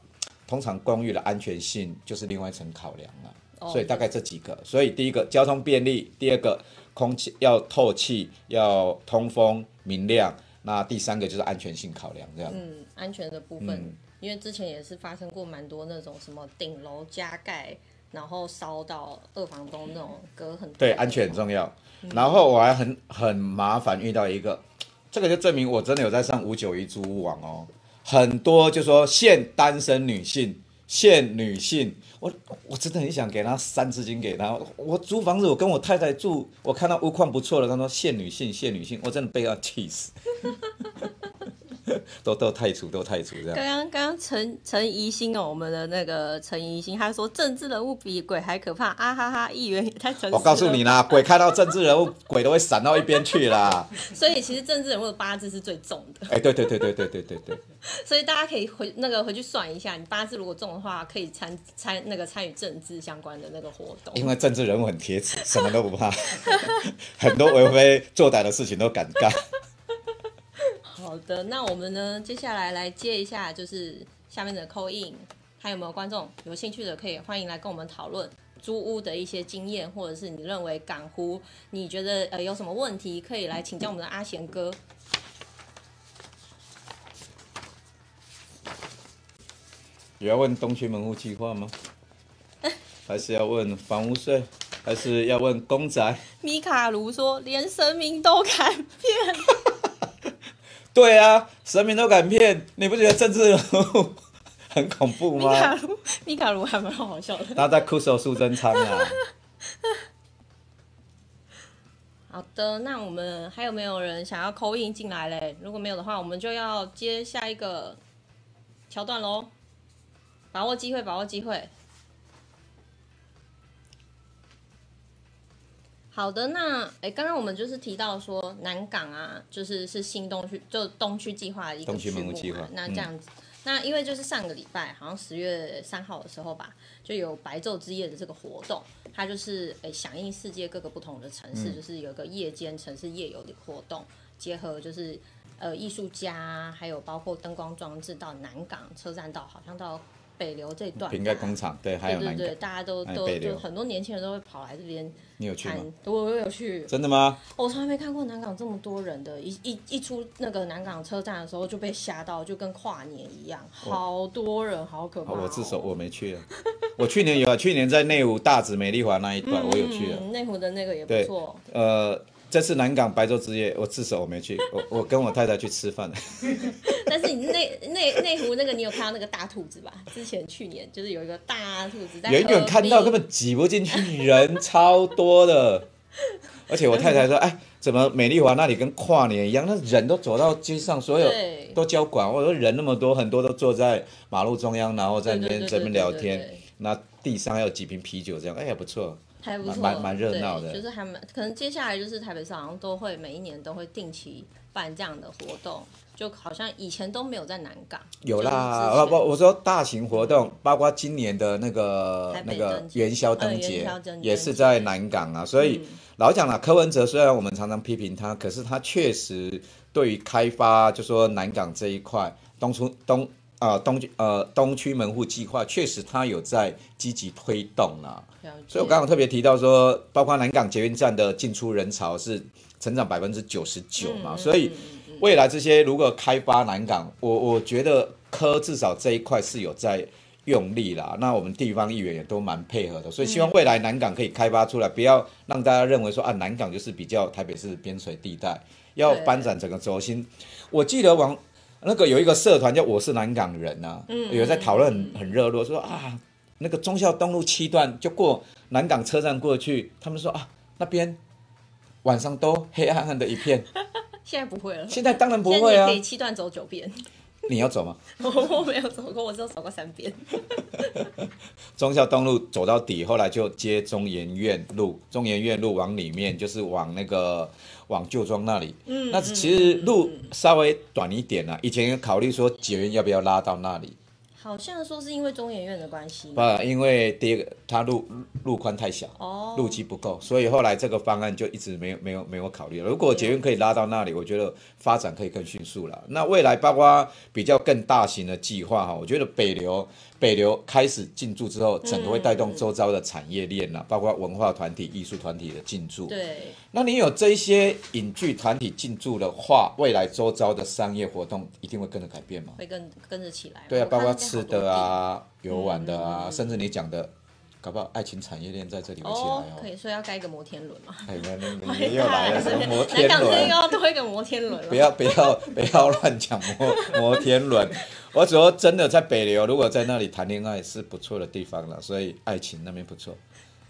Speaker 2: 通常公寓的安全性就是另外一层考量了。
Speaker 1: 哦
Speaker 2: 所以大概这几个，所以第一个交通便利，第二个空气要透气，要通风明亮，那第三个就是安全性考量这样。
Speaker 1: 嗯，安全的部分，因为之前也是发生过蛮多那种什么顶楼加盖，然后烧到二房东那种隔很
Speaker 2: 对，安全很重要。然后我还很很麻烦遇到一个，这个就证明我真的有在上五九一租屋网哦。很多就说限单身女性，限女性，我我真的很想给她三字经给她。我租房子，我跟我太太住，我看到屋况不错了，她说限女性，限女性，我真的被她气死。 都都太除，都太除这
Speaker 1: 刚
Speaker 2: 样。
Speaker 1: 刚刚刚陈陈怡兴哦，我们的那个陈怡兴，他说政治人物比鬼还可怕，啊哈哈！议员也太诚实。
Speaker 2: 我告诉你，啦，鬼看到政治人物，鬼都会闪到一边去啦。
Speaker 1: 所以其实政治人物的八字是最重的，
Speaker 2: 哎，对对对对对对对对。
Speaker 1: 所以大家可以回那个回去算一下，你八字如果重的话，可以参参那个参与政治相关的那个活动。
Speaker 2: 因为政治人物很铁齿，什么都不怕， 很多为非作歹的事情都敢干。
Speaker 1: 好的，那我们呢，接下来来接一下，就是下面的扣印，看有没有观众有兴趣的，可以欢迎来跟我们讨论租屋的一些经验，或者是你认为港呼，你觉得呃有什么问题，可以来请教我们的阿贤哥。
Speaker 2: 有要问东区门户计划吗？还是要问房屋税？还是要问公宅？
Speaker 1: 米卡卢说，连神明都敢骗，
Speaker 2: 对啊，神明都敢骗，你不觉得政治人物 很恐怖
Speaker 1: 米卡
Speaker 2: 吗？
Speaker 1: 卢，米卡卢还蛮好笑的。
Speaker 2: 他在酷手素贞昌啊，
Speaker 1: 好的，那我们还有没有人想要扣印进来嘞？如果没有的话，我们就要接下一个桥段喽。把握机会，把握机会。好的，那哎，刚刚我们就是提到说南港啊，就是是新东区，就东区计划的一个
Speaker 2: 东区
Speaker 1: 区
Speaker 2: 门户
Speaker 1: 目
Speaker 2: 计
Speaker 1: 嘛
Speaker 2: 划
Speaker 1: 那
Speaker 2: 嗯
Speaker 1: 这样子，那因为就是上个礼拜，好像十月三号的时候吧，就有白昼之夜的这个活动，它就是诶响应世界各个不同的城市，
Speaker 2: 嗯
Speaker 1: 就是有一个夜间城市夜游的活动，结合就是呃艺术家，还有包括灯光装置到南港车站到好像到北流这段吧，
Speaker 2: 瓶盖工厂对，
Speaker 1: 对
Speaker 2: 还有
Speaker 1: 对
Speaker 2: 南港
Speaker 1: 对，，大家都
Speaker 2: 还有
Speaker 1: 都
Speaker 2: 北
Speaker 1: 就
Speaker 2: 流
Speaker 1: 很多年轻人都会跑来这边
Speaker 2: 你有去
Speaker 1: 看
Speaker 2: 吗？，
Speaker 1: 我我有去，哦
Speaker 2: 真的吗？
Speaker 1: 我从来没看过南港这么多人的，一一一出那个南港车站的时候就被吓到，就跟跨年一样，好多人，好可怕、
Speaker 2: 哦
Speaker 1: 哦。
Speaker 2: 我自首，我没去啊。我去年有啊，去年在内湖大直美丽华那一段我有去啊。
Speaker 1: 嗯，内湖的那个也不
Speaker 2: 对
Speaker 1: 错。
Speaker 2: 呃，这次南港白昼之夜，我自首我 没去，我我跟我太太去吃饭。
Speaker 1: 但是你内内内湖那个，你有看到那个大兔子吧？之前去年就是有一个大兔 子在
Speaker 2: 远远看到根本挤不进去，人超多 的。而且我太太说：“哎，怎么美丽华那里跟跨年一样？那人都走到街上，所有
Speaker 1: 对
Speaker 2: 都交管。我说人那么多，很多都坐在马路中央，然后在那
Speaker 1: 对对
Speaker 2: 边
Speaker 1: 对对
Speaker 2: 这边聊
Speaker 1: 对对
Speaker 2: 天
Speaker 1: 对。
Speaker 2: 那地上还有几瓶啤酒，这样哎呀不错。
Speaker 1: 还不错，
Speaker 2: 蛮蛮蛮热闹的
Speaker 1: 对就是还蛮可能接下来就是台北市好像都会每一年都会定期办这样的活动，就好像以前都没有在南港
Speaker 2: 有啦，
Speaker 1: 就是
Speaker 2: 啊
Speaker 1: 之前
Speaker 2: 不不，我说大型活动，包括今年的那个
Speaker 1: 台北
Speaker 2: 那个
Speaker 1: 灯节
Speaker 2: 元宵灯
Speaker 1: 呃元
Speaker 2: 节
Speaker 1: 宵灯，节嗯
Speaker 2: 也是在南港啊。所以老实讲了，柯文哲虽然我们常常批评他，可是他确实对于开发，就说南港这一块东出东啊东区呃东区门户计划，确实他有在积极推动啦、
Speaker 1: 了解
Speaker 2: 所以我刚刚特别提到说，包括南港捷运站的进出人潮是成长百分之九十九
Speaker 1: 嗯
Speaker 2: 嘛，所以未来这些如果开发南港，我我觉得科至少这一块是有在用力啦。那我们地方议员也都蛮配合的，
Speaker 1: 嗯
Speaker 2: 所以希望未来南港可以开发出来，不要让大家认为说啊南港就是比较台北市边陲地带，要
Speaker 1: 对
Speaker 2: 发展整个轴心。我记得王那个有一个社团叫我是南港人啊，
Speaker 1: 嗯
Speaker 2: 有在讨论很很热络，说啊那个忠孝东路七段就过南港车站过去，他们说啊那边晚上都黑暗暗的一片，
Speaker 1: 现在不会了。
Speaker 2: 现在当然不
Speaker 1: 现
Speaker 2: 会
Speaker 1: 在
Speaker 2: 啊
Speaker 1: 你可，以七段走九遍，
Speaker 2: 你要走吗？
Speaker 1: 我我没有走过，我只有走过三遍。
Speaker 2: 忠孝东路走到底，后来就接中研院路，中研院路往里面就是往那个往旧庄那里。嗯，那其实路稍微短一点啦、啊以前有考虑说捷运要不要拉到那里，
Speaker 1: 好像说是因为中研院的关系
Speaker 2: 不，因为第一个它路路宽太小，
Speaker 1: 哦
Speaker 2: 路基不够，所以后来这个方案就一直没有没有没有考虑了。如果捷运可以拉到那里，我觉得发展可以更迅速了。那未来包括比较更大型的计划哈，我觉得北流北流开始进驻之后，整个会带动周遭的产业链啦，包括文化团体、艺术团体的进驻。
Speaker 1: 对，
Speaker 2: 那你有这一些影剧团体进驻的话，未来周遭的商业活动一定会跟着改变吗？
Speaker 1: 会跟跟着起来。
Speaker 2: 对啊，
Speaker 1: 我
Speaker 2: 包
Speaker 1: 看
Speaker 2: 括
Speaker 1: 那边好
Speaker 2: 吃
Speaker 1: 多嗯
Speaker 2: 的啊、游玩的啊，甚至你讲的搞不好爱情产业链在这里围起来
Speaker 1: 哦
Speaker 2: 哦，。
Speaker 1: 可以说要盖一个摩天轮嘛？
Speaker 2: 哎，那那
Speaker 1: 哇
Speaker 2: 你你又 来了，
Speaker 1: 太
Speaker 2: 什么
Speaker 1: 难
Speaker 2: 摩天
Speaker 1: 南港是又
Speaker 2: 轮？
Speaker 1: 要多一个摩天轮了。
Speaker 2: 不要不要不要乱讲摩摩天轮。我只说真的在北流，如果在那里谈恋爱是不错的地方了，所以爱情那边不错，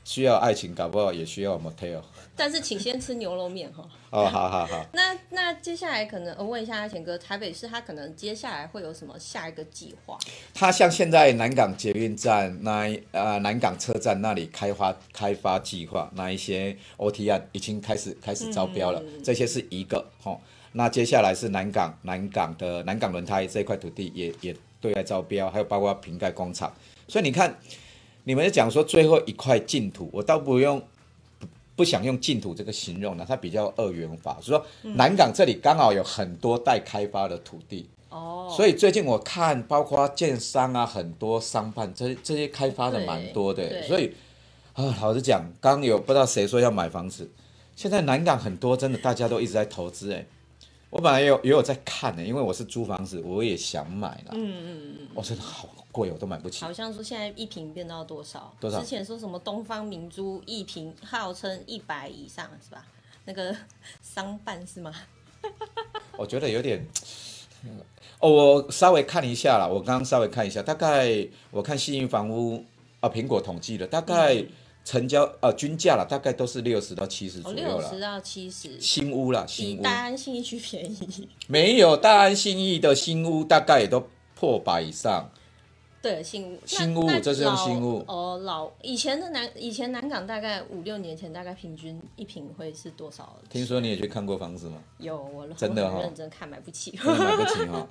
Speaker 2: 需要爱情，搞不好也需要 motel。
Speaker 1: 但是请先吃牛肉面 哈。
Speaker 2: 哦，好好好，
Speaker 1: 那那接下来可能呃问一下钱哥，台北市它可能接下来会有什么下一个计划？
Speaker 2: 它像现在南港捷运站那一呃南港车站那里开发开发计划，那一些 OT 案已经开始开始招标了，这些是一个哦。那接下来是南港南港的南港轮胎这块土地也也对外招标，还有包括瓶盖工厂。所以你看，你们讲说最后一块净土，我倒不用不想用净土这个形容了，它比较二元化，就是说南港这里刚好有很多待开发的土地。
Speaker 1: 哦，
Speaker 2: 所以最近我看，包括建商啊，很多商办这这些开发的
Speaker 1: 对
Speaker 2: 蛮多的，
Speaker 1: 对
Speaker 2: 所以啊，老实讲，刚有不知道谁说要买房子，现在南港很多真的大家都一直在投资哎，我本来也有也有在看欸呢，因为我是租房子，我也想买啦，嗯嗯嗯，我、真的好贵，我都买不起
Speaker 1: 好，像说现在一瓶变到多少？
Speaker 2: 多少
Speaker 1: 之前说什么东方明珠一瓶号称一百以上是吧？那个 商办是吗？
Speaker 2: 我觉得有点。哦，我稍微看一下啦，我刚刚稍微看一下，大概我看信义房屋啊，苹果统计的，大概成交呃均价啦，大概都是六十到七十
Speaker 1: 哦，
Speaker 2: 左右
Speaker 1: 六
Speaker 2: 啦。
Speaker 1: 十到七十，
Speaker 2: 新屋啦，
Speaker 1: 比
Speaker 2: 新屋
Speaker 1: 大安信义区便宜。
Speaker 2: 没有大安信义的新屋，大概也都破百以上。
Speaker 1: 对，新屋，
Speaker 2: 新屋
Speaker 1: 那那
Speaker 2: 这是用
Speaker 1: 老
Speaker 2: 新屋
Speaker 1: 哦，老以前的南以前南港大概五六年前，大概平均一瓶会是多少？
Speaker 2: 听说你也去看过 房子吗？
Speaker 1: 有我
Speaker 2: 真的嗯
Speaker 1: 我很
Speaker 2: 哦
Speaker 1: 认真看，买不起，
Speaker 2: 真的买不起哈、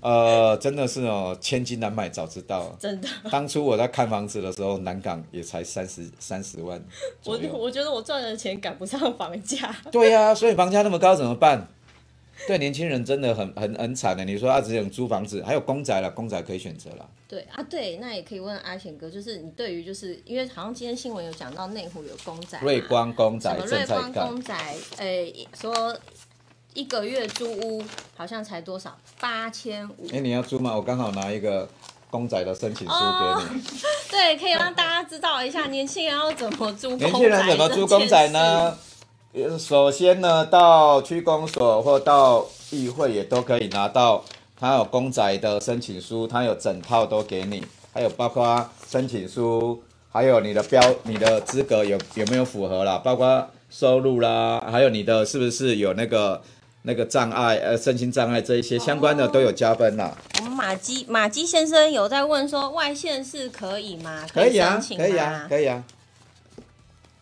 Speaker 2: 呃，真的是哦，千金难买早知 道。
Speaker 1: 真的。
Speaker 2: 当初我在看房子的时候，南港也才三十三十万
Speaker 1: 我
Speaker 2: 左右。
Speaker 1: 我觉得我赚的钱赶不上房价。
Speaker 2: 对呀、所以房价那么高怎么办？对年轻人真的很很很惨的。你说啊他只想租房子，还有公宅了，公宅可以选择了。
Speaker 1: 对啊，对，那也可以问阿贤哥，就是你对于就是因为好像今天新闻有讲到内湖有公仔嘛，
Speaker 2: 瑞光公宅
Speaker 1: 什么
Speaker 2: 正
Speaker 1: 瑞
Speaker 2: 在
Speaker 1: 光
Speaker 2: 盖，
Speaker 1: 公仔，诶、说一个月租屋好像才多少，八千五。
Speaker 2: 哎、你要租吗？我刚好拿一个公仔的申请书
Speaker 1: 哦
Speaker 2: 给你。
Speaker 1: 对，可以让大家知道一下年轻人要怎么租公仔，
Speaker 2: 年轻人怎么租公仔呢？？呃首先呢，到区公所或到议会也都可以拿到，它有公仔的申请书，它有整套都给你，还有包括申请书，还有你的标、你的资格有有没有符合啦，包括收入啦，还有你的是不是有那个那个障碍，呃，身心障碍这一些相关的都有加分啦。
Speaker 1: 我们马基马基先生有在问说外县市可以吗？
Speaker 2: 可以啊
Speaker 1: 申，请吗
Speaker 2: 可以啊，可以啊。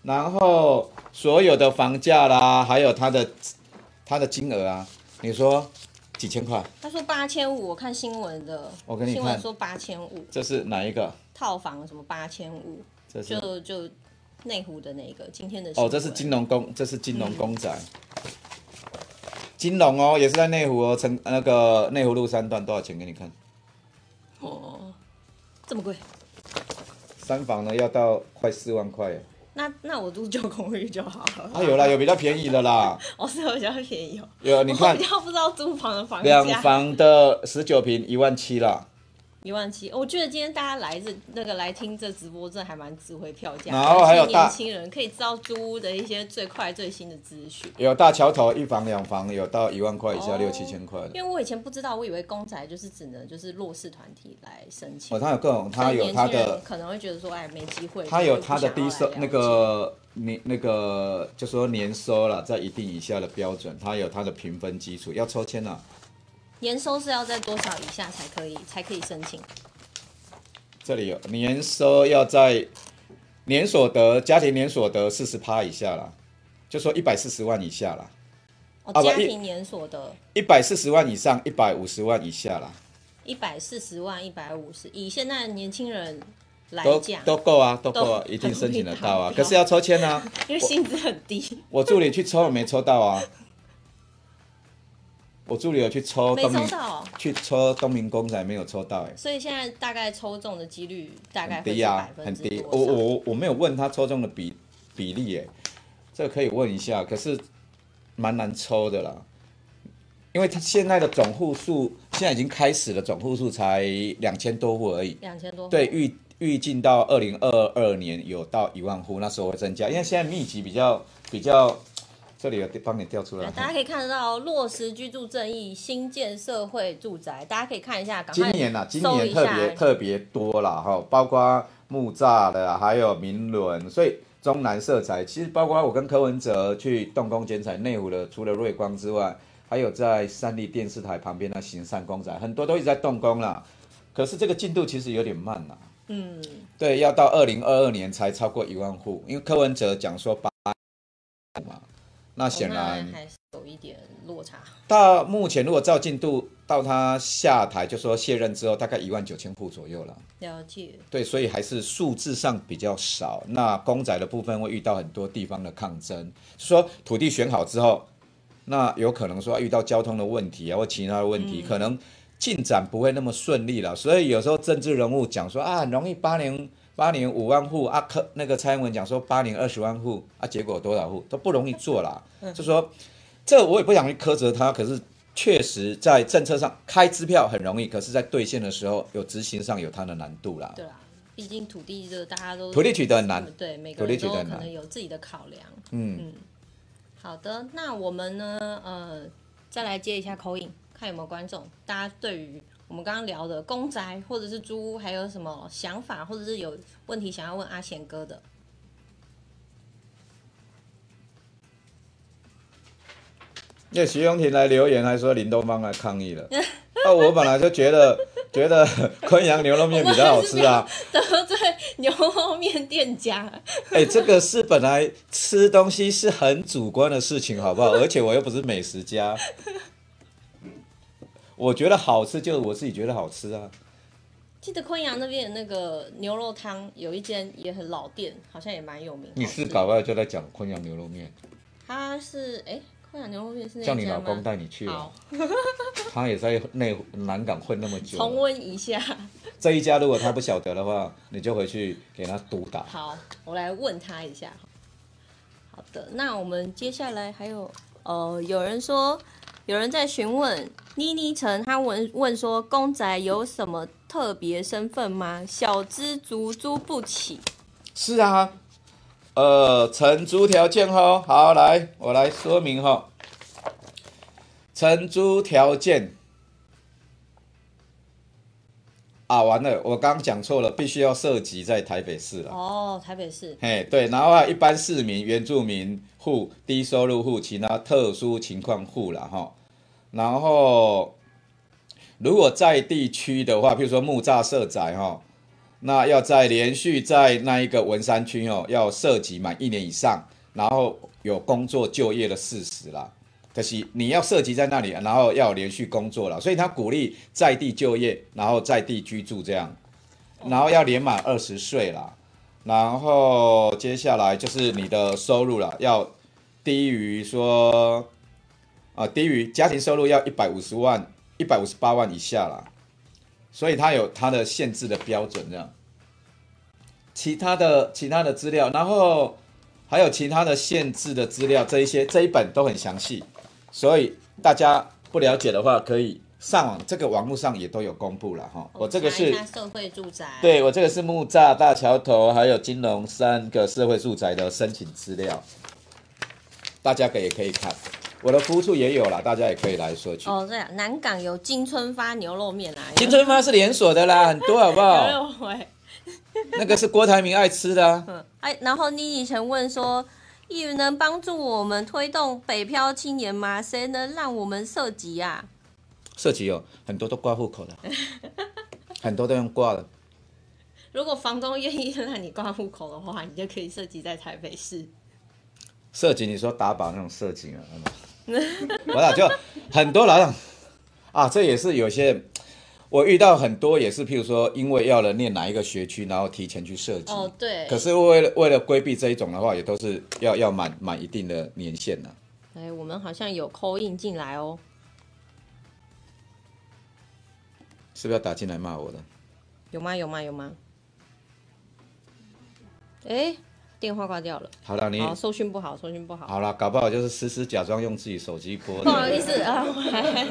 Speaker 2: 然后所有的房价啦，还有它的它的金额啊，你说几千块？
Speaker 1: 他说八千五，我看新闻的，
Speaker 2: 我给你
Speaker 1: 新闻
Speaker 2: 看
Speaker 1: 说八千五，
Speaker 2: 这是哪一个？
Speaker 1: 套房什么八千五，
Speaker 2: 这是
Speaker 1: 就就内湖的那个今天的新
Speaker 2: 哦，
Speaker 1: 闻
Speaker 2: 这是金融公，这是金融公仔。金融哦，也是在内湖哦，成那个内湖路三段多少钱给你看？
Speaker 1: 哦，这么贵？
Speaker 2: 三房呢要到快四万块耶，
Speaker 1: 那那我住旧公寓就好了。
Speaker 2: 啊有啦，有比较便宜的啦，
Speaker 1: 我是有比较便宜哦。
Speaker 2: 有你看
Speaker 1: 我比较不知道租房的房价，
Speaker 2: 两房的十九平一万七啦，
Speaker 1: 一万七。我觉得今天大家来这那个来听这直播，真的还蛮值回票价。
Speaker 2: 然后还有
Speaker 1: 尤其
Speaker 2: 大
Speaker 1: 年轻人可以知道租屋的一些最快最新的资讯。
Speaker 2: 有大桥头一房两房有到一万块以下
Speaker 1: 哦
Speaker 2: 六七千块的。
Speaker 1: 因为我以前不知道，我以为公宅就是只能就是弱势团体来申请。
Speaker 2: 哦，他有各种，他有他
Speaker 1: 所以年轻人
Speaker 2: 的，
Speaker 1: 可能会觉得说，哎，没机会。
Speaker 2: 他有
Speaker 1: 就不
Speaker 2: 他的
Speaker 1: 想
Speaker 2: 低
Speaker 1: 要
Speaker 2: 收
Speaker 1: 来了
Speaker 2: 那个年那个就说年收了，在一定以下的标准，他有他的评分基础，要抽签啊了、
Speaker 1: 年收是要在多少以下才可以才可以申请？
Speaker 2: 这里有年收要在年所得家庭年所得四十趴以下啦，就说一百四十万以下啦，
Speaker 1: 哦，
Speaker 2: 啊不
Speaker 1: 家
Speaker 2: 一
Speaker 1: 庭年所得
Speaker 2: 一百四十万以上一百五十万以下啦，
Speaker 1: 一百四十万、一百五十，以现在年轻人来
Speaker 2: 都
Speaker 1: 讲，
Speaker 2: 都够啊，都够啊，
Speaker 1: 都
Speaker 2: 一定申请得到啊
Speaker 1: 很容易达，标
Speaker 2: 可是要抽签啊，
Speaker 1: 因为薪资很低，
Speaker 2: 我助理去抽了没抽到啊？我助理有去抽，
Speaker 1: 没
Speaker 2: 东明
Speaker 1: 抽到哦
Speaker 2: 去抽东明公仔没有抽到、欸，
Speaker 1: 所以现在大概抽中的几率大概
Speaker 2: 很
Speaker 1: 会
Speaker 2: 低
Speaker 1: 是
Speaker 2: 啊
Speaker 1: 百，
Speaker 2: 很
Speaker 1: 分之
Speaker 2: 低。
Speaker 1: 多
Speaker 2: 我
Speaker 1: 少？
Speaker 2: 我我我没有问他抽中的比比例、欸，这个可以问一下，可是蛮难抽的啦，因为他现在的总户数现在已经开始了，总户数才两千多户而已。
Speaker 1: 两千多，
Speaker 2: 对，预预计到二零二二年有到一万户，那时候会增加，因为现在密集比较比较，这里有帮你调出来。
Speaker 1: 大家可以看得到落实居住正义新建社会住宅，大家可以看一下，赶
Speaker 2: 今
Speaker 1: 快
Speaker 2: 年呐、啊，今
Speaker 1: 搜
Speaker 2: 年
Speaker 1: 一
Speaker 2: 特
Speaker 1: 下
Speaker 2: 别特别多啦哈，包括木栅的，还有明伦，所以中南色彩其实包括我跟柯文哲去动工剪彩内湖的，除了瑞光之外，还有在三立电视台旁边的行善公仔，很多都一直在动工啦。可是这个进度其实有点慢啦，
Speaker 1: 嗯，
Speaker 2: 对，要到二零二二年才超过一万户，因为柯文哲讲说八万嘛，那显然
Speaker 1: 哦那还是有一点落差。
Speaker 2: 到目前如果照进度，到他下台就说卸任之后，大概一万九千户左右了。
Speaker 1: 了解，
Speaker 2: 对，所以还是数字上比较少。那公仔的部分会遇到很多地方的抗争，说土地选好之后，那有可能说遇到交通的问题啊，或其他的问题，可能进展不会那么顺利了。所以有时候政治人物讲说啊，很容易八年八年五万户啊，可那个蔡英文讲说八年二十万户啊，结果多少户都不容易做啦。就说这我也不想去苛责他，可是。确实，在政策上开支票很容易，可是，在兑现的时候，有执行上有它的难度啦。
Speaker 1: 对啦，毕竟土地这大家都嗯
Speaker 2: 土地取得很难
Speaker 1: 对，每
Speaker 2: 土
Speaker 1: 个
Speaker 2: 地
Speaker 1: 人
Speaker 2: 取
Speaker 1: 都
Speaker 2: 得
Speaker 1: 可
Speaker 2: 很难
Speaker 1: 能有自己的考量。
Speaker 2: 嗯，
Speaker 1: 好的，那我们呢，呃，再来接一下口音，看有没有观众，大家对于我们刚刚聊的公宅或者是租屋，还有什么想法，或者是有问题想要问阿贤哥的？
Speaker 2: 因为徐永婷来留言还说林东方来抗议了， 那、我本来就觉得觉得 昆阳牛肉面比较好吃啊，
Speaker 1: 得罪牛肉面店家，
Speaker 2: 哎、这个是本来吃东西是很主观的事情，好不好？而且我又不是美食家，我觉得好吃就是我自己觉得好吃啊。
Speaker 1: 记得昆阳那边的那个牛肉汤有一间也很老店，好像也蛮有名。
Speaker 2: 你
Speaker 1: 好
Speaker 2: 是
Speaker 1: 吃
Speaker 2: 搞不好就在讲昆阳牛肉面，
Speaker 1: 他是哎，昆阳牛肉面是那
Speaker 2: 叫
Speaker 1: 一
Speaker 2: 你
Speaker 1: 家
Speaker 2: 老
Speaker 1: 吗
Speaker 2: 公带你去啊
Speaker 1: 好，，
Speaker 2: 他也在内湖南港混那么久
Speaker 1: 重
Speaker 2: 了，
Speaker 1: 温一下。
Speaker 2: 这一家如果他不晓得的话，你就回去给他毒打。
Speaker 1: 好，我来问他一下。好的，那我们接下来还有呃，有人说有人在询问妮妮城，他问问说公仔有什么特别身份吗？小资族租不起。
Speaker 2: 是啊，呃，承租条件哦，好，来，我来说明哈、承租条件啊，完了，我刚讲错了，必须要涉及在台北市了。
Speaker 1: 哦，台北市
Speaker 2: 嘿，对，然后啊，一般市民、原住民户、低收入户、其他特殊情况户啦，哈。然后，如果在地区的话，譬如说木栅社宅哈，那要在连续在那一个文山区哦，要涉及满一年以上，然后有工作就业的事实啦。可惜你要涉及在那里，然后要有连续工作了，所以他鼓励在地就业，然后在地居住这样，然后要年满二十岁啦。然后接下来就是你的收入了，要低于说，啊、低于家庭收入要一百五十万、一百五十八万以下啦，所以它有它的限制的标准这样。其他的其他的资料，然后还有其他的限制的资料，这一些这一本都很详细，所以大家不了解的话，可以上网这个网络上也都有公布了哈。我这个
Speaker 1: 查一
Speaker 2: 是
Speaker 1: 下社会住宅，，
Speaker 2: 对我这个是木栅、大桥头还有金龙三个社会住宅的申请资料，大家可以可以看。我的服务处也有啦，大家也可以来索取。
Speaker 1: 哦，对啊，南港有金春发牛肉面啊，
Speaker 2: 金春哦发是连锁的啦，很 多好啊不
Speaker 1: 有
Speaker 2: 好？
Speaker 1: 有回。
Speaker 2: 那个是郭台铭爱吃的、啊。
Speaker 1: 嗯，哎，然后妮妮曾问说，议员能帮助我们推动北漂青年吗？谁能让我们涉及啊？
Speaker 2: 涉及哦，很多都挂 户口的，很多都用挂的。
Speaker 1: 如果房东愿意让你挂户口的话，你就可以涉及在台北市。
Speaker 2: 涉及你说打靶那种涉及啊，我俩就很多老人啊，这也是有些我遇到很多也是，譬如说因为要了念哪一个学区，然后提前去涉及。
Speaker 1: 哦，对。
Speaker 2: 可是为了为了规避这一种的话，也都是要要满满一定的年限啊呢、
Speaker 1: 哎，我们好像有扣印进来哦。
Speaker 2: 是不是要打进来骂我的？
Speaker 1: 有吗？有吗？有吗？哎，电话挂掉了。
Speaker 2: 好了，你
Speaker 1: 好，收讯不好，收讯不好。
Speaker 2: 好了，搞不好就是思思假装用自己手机播
Speaker 1: 不好
Speaker 2: 的，
Speaker 1: 意思啊，我还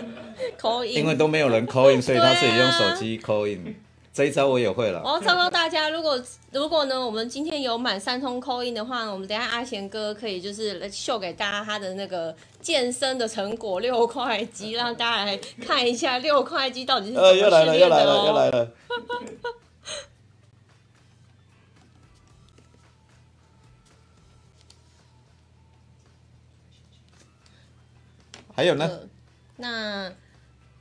Speaker 1: 扣印。
Speaker 2: 因为都没有人 call in，所以他自己用
Speaker 1: 对啊哦
Speaker 2: 手机 call in。这一招我也 会了。
Speaker 1: 我要昭告大家，如果如果呢，我们今天有满三通扣印的话，我们等一下阿贤哥可以就是来秀给大家他的那个健身的成果，六块肌，让大家来看一下六块肌到底是怎么
Speaker 2: 呃，
Speaker 1: 训
Speaker 2: 又
Speaker 1: 练
Speaker 2: 来 了，又来
Speaker 1: 的
Speaker 2: 了，又来
Speaker 1: 哦。
Speaker 2: 了。 还有呢？
Speaker 1: 呃那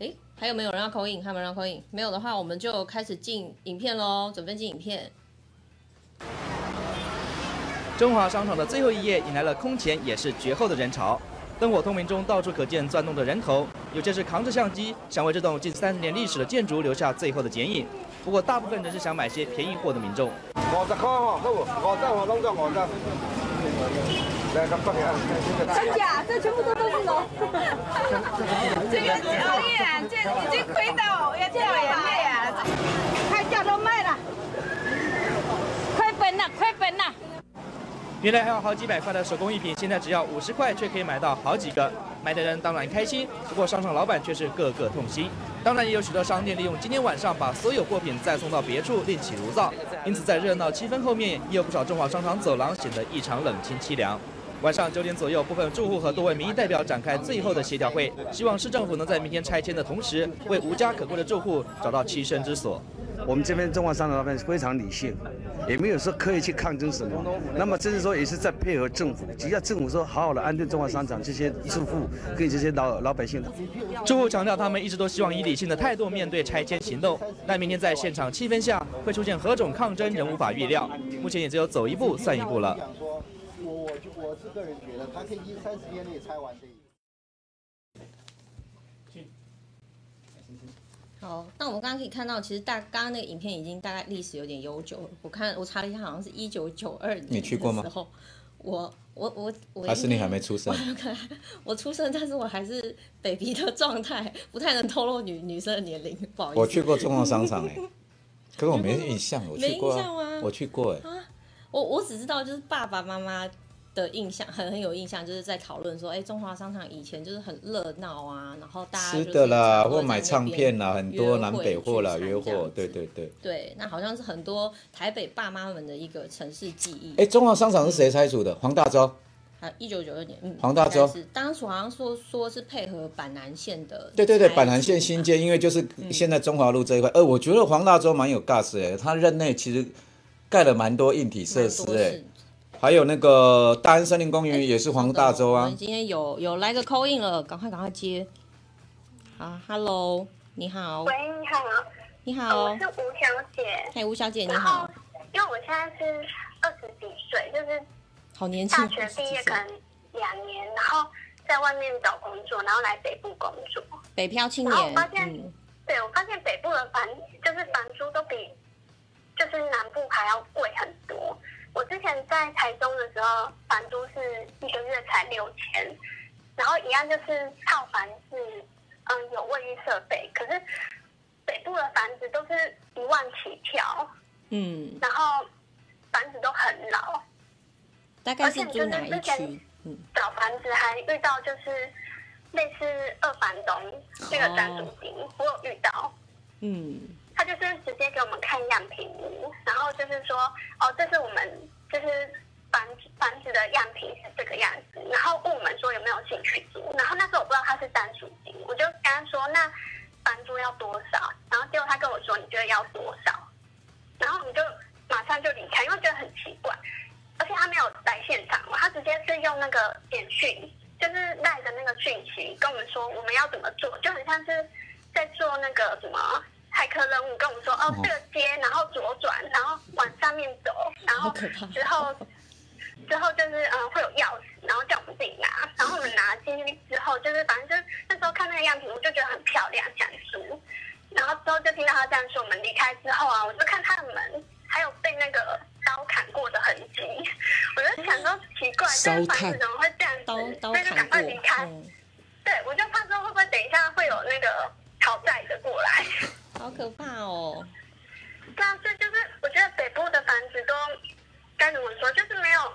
Speaker 1: 诶，还有没有人要扣印？还有没有人要扣印？没有的话，我们就开始进影片喽，准备进影片。
Speaker 10: 中华商场的最后一夜迎来了空前也是绝后的人潮，灯火通明中到处可见转动的人头，有些是扛着相机想为这栋近三十年历史的建筑留下最后的剪影。不过大部分人是想买些便宜货的民众。
Speaker 11: 五十块哦，好无？五十哦，拢到五十。来，咁多嘅。
Speaker 12: 真假？这全部都都是龙。这个熬夜啊，这已经亏到要掉眼泪啊！开价都卖了，
Speaker 4: 快本了，
Speaker 6: 啊
Speaker 4: 快本了！
Speaker 10: 原来还有好几百块的手工艺品，现在只要五十块却可以买到好几个，买的人当然开心，不过商场老板却是个个痛心。当然，也有许多商店利用今天晚上把所有货品再送到别处，另起炉灶。因此，在热闹气氛后面，也有不少中华商场走廊显得异常冷清凄凉。晚上九点左右，部分住户和多位民意代表展开最后的协调会，希望市政府能在明天拆迁的同时，为无家可归的住户找到栖身之所。
Speaker 13: 我们这边中华商场那边非常理性，也没有说刻意去抗争什么。那么，就是说也是在配合政府，只要政府说好好的安顿中华商场这些住户跟这些老老百姓的。
Speaker 10: 住户强调，他们一直都希望以理性的态度面对拆迁行动。但明天在现场气氛下会出现何种抗争，仍无法预料。目前也只有走一步算一步了。
Speaker 14: 说，我我就我是个人觉得，他可以一三十天内拆完这一。
Speaker 1: 好，那我们刚刚可以看到，其实大刚刚那个影片已经大概历史有点悠久了。我看我查了一下，好像是一九九二年。
Speaker 2: 你去过吗
Speaker 1: 时候，我我我呃我
Speaker 2: 还是你还没出 生
Speaker 1: 我可能我出生，但是我还是 baby 的状态，不太能透露女女生的年龄，不好意思。
Speaker 2: 我去过中华商场哎、 可是我没印象，我去过、
Speaker 1: 没印象啊吗
Speaker 2: 我去过哎、
Speaker 1: 我我只知道就是爸爸妈妈的印象很很有印象，就是在讨论说，哎，中华商场以前就是很热闹啊，然后大家
Speaker 2: 吃
Speaker 1: 就是
Speaker 2: 的啦，
Speaker 1: 常会
Speaker 2: 或
Speaker 1: 在
Speaker 2: 买
Speaker 1: 那
Speaker 2: 唱
Speaker 1: 边
Speaker 2: 片啦，很多
Speaker 1: 约
Speaker 2: 南
Speaker 1: 会
Speaker 2: 北货啦，
Speaker 1: 聚餐
Speaker 2: 约
Speaker 1: 这样
Speaker 2: 货，对对对。
Speaker 1: 对，那好像是很多台北爸妈们的一个城市记忆。
Speaker 2: 哎，中华商场是谁拆除的？黄大洲。
Speaker 1: 啊，一九九二年，嗯，
Speaker 2: 黄大洲
Speaker 1: 应该是当初好像说说是配合板南线的，嗯
Speaker 2: 对对对，板南线新街，因为就是现在中华路这一块，呃，我觉得黄大洲蛮有 gas 哎、他任内其实盖了蛮多硬体设施哎、还有那个大安森林公园也是黄大洲
Speaker 1: 我
Speaker 2: 啊
Speaker 1: 们，今天有有来个 call in 了，赶快赶快接。好，Hello，你好，
Speaker 15: 喂，你好，
Speaker 1: 你
Speaker 15: 呃
Speaker 1: 好
Speaker 15: 我，是吴小姐。
Speaker 1: 嘿，吴小姐你
Speaker 15: 然
Speaker 1: 好
Speaker 15: 后，，因为我现在是二十几岁，就是
Speaker 1: 好年轻
Speaker 15: 大，学毕业可能两年，然后在外面找工作，然后来北部工作。
Speaker 1: 北漂青
Speaker 15: 然后我
Speaker 1: 年，
Speaker 15: 发现，
Speaker 1: 嗯，
Speaker 15: 对我发现北部的房就是房租都比就是南部还要贵很多。我之前在台中的时候，房租是一个月才六千，然后一样就是套房是嗯有卫浴设备，可是北部的房子都是一万起跳，
Speaker 1: 嗯，
Speaker 15: 然后房子都很老，
Speaker 1: 大概是住哪一
Speaker 15: 而且就是之
Speaker 1: 区
Speaker 15: 前？找房子还遇到就是类似二房东这个暂租金，我有遇到。
Speaker 1: 嗯，
Speaker 15: 他就是直接给我们看样品屋，然后就是说，哦，这是我们就是房子房子的样品是这个样子，然后问我们说有没有兴趣租，然后那时候我不知道他是单租金，我就跟他说那房租要多少，然后结果他跟我说你觉得要多少，然后我们就马上就离开，因为觉得很奇怪，而且他没有来现场，他直接是用那个简讯，就是赖的那个讯息跟我们说我们要怎么做，就很像是在做那个什么。骇客任务跟我们说，哦，这个街，然后左转，然后往上面走，然后之后之后就是嗯会有钥匙，然后叫我们自己拿，然后我们拿进去之后，就是反正就是那时候看那个样品，我就觉得很漂亮，想租。然后之后就听到他这样说，我们离开之后啊，我就看他的门还有被那个刀砍过的痕迹，我就想说奇怪，这个房子怎么会这样子？
Speaker 1: 刀刀
Speaker 15: 那就赶
Speaker 1: 砍过
Speaker 15: 快
Speaker 1: 嗯
Speaker 15: 离开。对，我就怕说会不会等一下会有那个讨债的过来。
Speaker 1: 好可怕哦，
Speaker 15: 对啊，这就是我觉得北部的房子都该怎么说，就是没有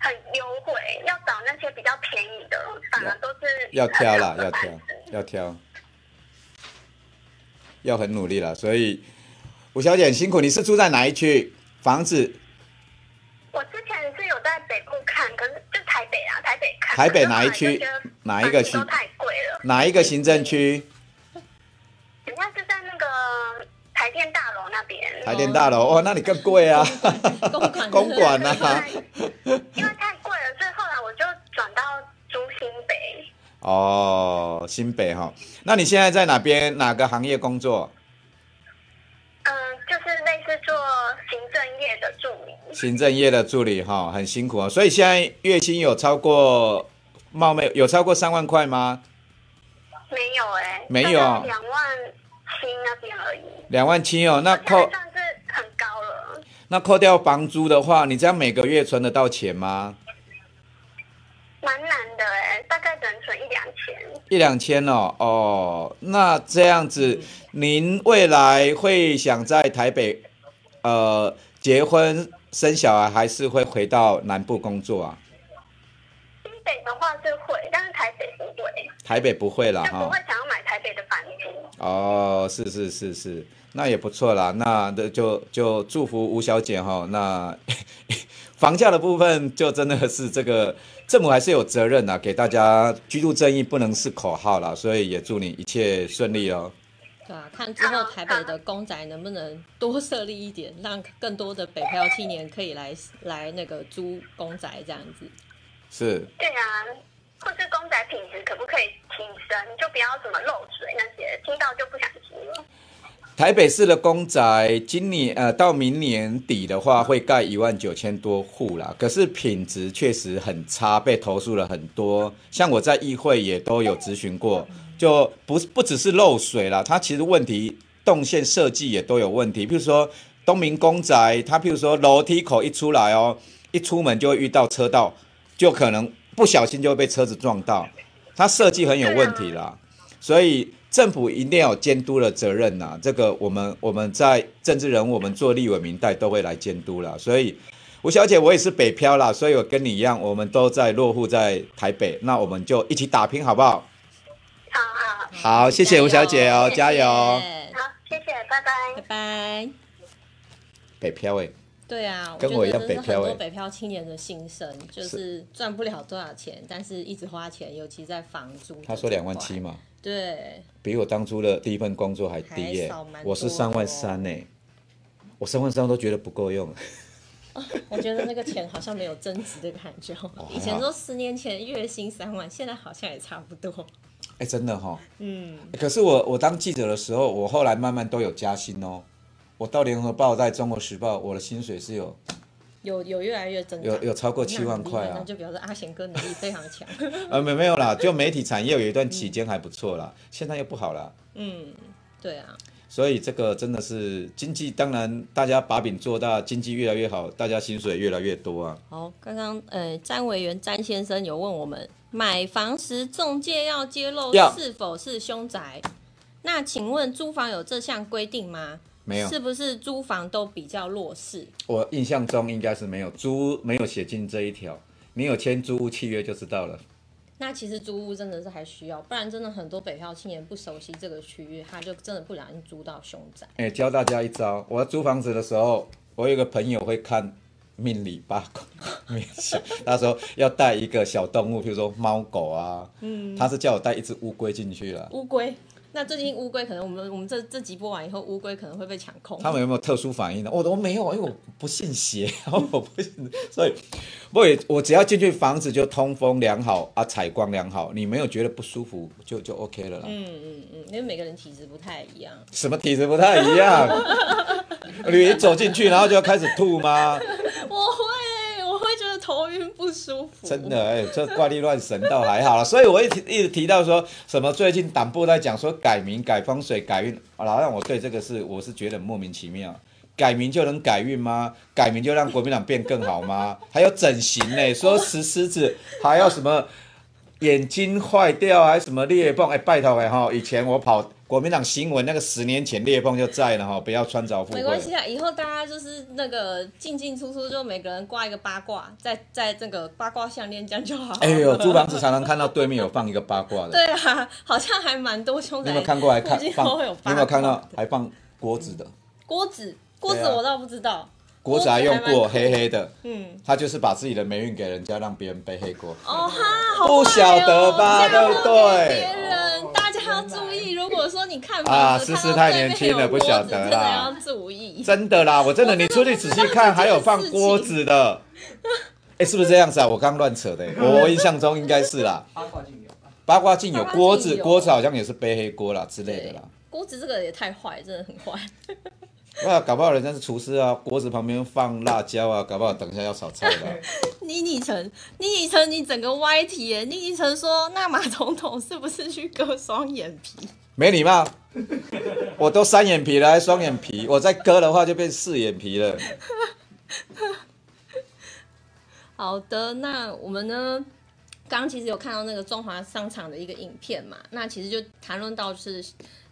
Speaker 15: 很优惠，要找那些比较便宜的，反而都是
Speaker 2: 要挑啦，要挑，要挑，要很努力啦。所以吴小姐很辛苦，你是住在哪一区？房子
Speaker 15: 我之前是有在北部看，可是就台北啊，台北看。
Speaker 2: 台北哪一
Speaker 15: 可是后来
Speaker 2: 区
Speaker 15: 就觉得？
Speaker 2: 哪一个
Speaker 15: 房子
Speaker 2: 行
Speaker 15: 都？太贵了。
Speaker 2: 哪一个行政区？
Speaker 15: 人家是在那个台电大楼那边。
Speaker 2: 台电大楼哦，那你更贵啊， 公馆啊，
Speaker 15: 因为太贵了，所以后来我就转到中心北。
Speaker 2: 哦，新北哈、那你现在在哪边哪个行业工作？
Speaker 15: 嗯，就是类似做行政业的助理，
Speaker 2: 行政业的助理哈、很辛苦啊、所以现在月薪有超过冒昧有超过三万块吗？
Speaker 15: 没有哎、
Speaker 2: 没有啊
Speaker 15: 两万七那边而已，
Speaker 2: 两万七哦，那扣
Speaker 15: 算是很高了。
Speaker 2: 那扣掉房租的话，你这样每个月存得到钱吗？
Speaker 15: 蛮难的哎、大概只能存一两千。
Speaker 2: 一两千哦，哦，那这样
Speaker 15: 嗯
Speaker 2: 子，您未来会想在台北，呃，结婚生小孩，还是会回到南部工作啊？
Speaker 15: 新北的话是会，但是台北不会，
Speaker 2: 台北不会啦，
Speaker 15: 就不
Speaker 2: 哈
Speaker 15: 会、想要买台北的房子。
Speaker 2: 哦，是是是是，那也不错啦，那那就就祝福吴小姐哈、那房价的部分就真的是这个 政府还是有责任啊啦，给大家居住正义不能是口号啦，所以也祝你一切顺利哦。
Speaker 1: 对啊，看之后台北的公宅能不能多设立一点，让更多的北漂青年可以来来那个租公宅这样子。
Speaker 2: 是，
Speaker 15: 对啊，或是公仔品质可不可以提升？就不要什么漏水那些，听到就不想提了。
Speaker 2: 台北市的公宅今年呃到明年底的话会盖一万九千多户啦，可是品质确实很差，被投诉了很多。像我在议会也都有咨询过，就不不只是漏水啦，它其实问题动线设计也都有问题。譬如说东明公宅，它譬如说楼梯口一出来哦，一出门就会遇到车道，就可能不小心就会被车子撞到，它设计很有问题啦。所以政府一定要有监督的责任呐、这个我们我们在政治人物，我们做立委民代都会来监督啦。所以吴小姐，我也是北漂啦，所以我跟你一样，我们都在落户在台北，那我们就一起打拼好不好？好好，好，谢谢吴小姐哦，加油！
Speaker 15: 好，谢谢，拜
Speaker 1: 拜
Speaker 15: 拜，
Speaker 1: 拜。
Speaker 2: 北漂哎、
Speaker 1: 对啊，
Speaker 2: 跟我一样
Speaker 1: 觉得这
Speaker 2: 北
Speaker 1: 是
Speaker 2: 漂
Speaker 1: 很
Speaker 2: 欸
Speaker 1: 多北漂青年的心声，就是赚不了多少钱，但是一直花钱，尤其在房租。
Speaker 2: 她说两万七。嘛，
Speaker 1: 对，
Speaker 2: 比我当初的第一份工作还低耶、
Speaker 1: 还少蛮多哦
Speaker 2: 我是三万三呢、我三万三都觉得不够用。
Speaker 1: 我觉得那个钱好像没有增值的感觉。哦
Speaker 2: 哦
Speaker 1: 以前说十年前月薪三万，现在好像也差不多。
Speaker 2: 哎、真的哈、
Speaker 1: 嗯，
Speaker 2: 可是我我当记者的时候，我后来慢慢都有加薪哦。我到联合报，在中国时报，我的薪水是有
Speaker 1: 有有越来越增长，
Speaker 2: 有有超过7万块啊
Speaker 1: 那很厉害那就表示阿贤哥能力非常强。
Speaker 2: 呃没没有啦，就媒体产业有一段期间还不错啦，现在又不好啦。
Speaker 1: 嗯，对啊，
Speaker 2: 所以这个真的是经济，当然大家把饼做大，经济越来越好，大家薪水越来越多啊。
Speaker 1: 好，刚刚呃，詹委员詹先生有问我们，买房时中介要揭露
Speaker 2: 要
Speaker 1: 是否是凶宅，那请问租房有这项规定吗？
Speaker 2: 没有
Speaker 1: 是不是租房都比较弱势？
Speaker 2: 我印象中应该是没有租没有写进这一条，你有签租屋契约就知道了。
Speaker 1: 那其实租屋真的是还需要，不然真的很多北漂青年不熟悉这个区域，他就真的不小心租到凶宅。
Speaker 2: 哎、教大家一招，我租房子的时候，我有一个朋友会看命理八卦 命相，他说要带一个小动物，比如说猫狗啊，
Speaker 1: 嗯哦
Speaker 2: 他是叫我带一只乌龟进去了。
Speaker 1: 乌龟，那最近乌龟可能我们我们这这集播完以后，乌龟可能会被抢空。
Speaker 2: 他们有没有特殊反应呢？我我没有，因为我不信邪， 哦我不信，所以我也我只要进去房子就通风良好啊，采光良好，你没有觉得不舒服就就 OK 了啦。
Speaker 1: 嗯嗯嗯，因为每个人体质不太一样。
Speaker 2: 什么体质不太一样？你一走进去然后就要开始吐吗？
Speaker 1: 我会，我会觉得头晕不舒服。
Speaker 2: 真的，哎、这怪力乱神倒还好了。所以我一直一直提到说什么最近党部在讲说改名、改风水、改运，啊然后让我对这个事我是觉得莫名其妙。改名就能改运吗？改名就让国民党变更好吗？还有整形呢、说石狮子，还要什么眼睛坏掉，还什么裂缝？哎、拜托哎、哈！以前我跑国民党新闻那个十年前裂缝就在了哈，不要穿凿附会。
Speaker 1: 没关系啊，以后大家就是那个进进出出，就每个人挂一个八卦，在在这个八卦项链这样就好了。
Speaker 2: 哎呦，租房子常常看到对面有放一个八卦的。
Speaker 1: 对啊，好像还蛮多凶
Speaker 2: 你
Speaker 1: 宅。
Speaker 2: 有没有看过还
Speaker 1: 附
Speaker 2: 看啊
Speaker 1: 近
Speaker 2: 放？
Speaker 1: 都会有
Speaker 2: 你
Speaker 1: 八
Speaker 2: 有没有
Speaker 1: 卦。
Speaker 2: 看到还放锅子的？
Speaker 1: 锅子，锅子我倒不知道，
Speaker 2: 锅子还用过
Speaker 1: 蛮
Speaker 2: 黑黑的，
Speaker 1: 嗯，
Speaker 2: 他就是把自己的霉运给人家，让别人背黑锅。
Speaker 1: 哦哈，好
Speaker 2: 不晓得吧，
Speaker 1: 坏
Speaker 2: 对
Speaker 1: 哦
Speaker 2: 不
Speaker 1: 别
Speaker 2: 对？
Speaker 1: 人大家要注意，如果说你看
Speaker 2: 啊
Speaker 1: 房子
Speaker 2: 思思
Speaker 1: 看到
Speaker 2: 太
Speaker 1: 对面
Speaker 2: 年轻了
Speaker 1: 有
Speaker 2: 不晓
Speaker 1: 锅子
Speaker 2: 得
Speaker 1: 真的
Speaker 2: 啦
Speaker 1: 要注意。
Speaker 2: 真的啦，我真的，你出去仔细看，还有放锅子的。哎，是不是这样子啊？我刚乱扯的， 我我印象中应该是啦。
Speaker 3: 八卦镜有，
Speaker 2: 八卦镜有
Speaker 1: 八卦镜
Speaker 2: 锅子，
Speaker 1: 有
Speaker 2: 锅子好像也是背黑锅啦之类的啦。
Speaker 1: 锅子这个也太坏，真的很坏。
Speaker 2: 那搞不好人家是厨师啊，锅子旁边放辣椒啊，搞不好等一下要炒菜的啊、
Speaker 1: 倪 妮晨，倪妮晨，你整个歪题耶！倪妮晨说：“那马总统是不是去割双眼皮
Speaker 2: 没礼貌。我都三眼皮了，还双眼皮，我再割的话就变四眼皮了。？”
Speaker 1: 好的，那我们呢？刚刚其实有看到那个中华商场的一个影片嘛，那其实就谈论到是，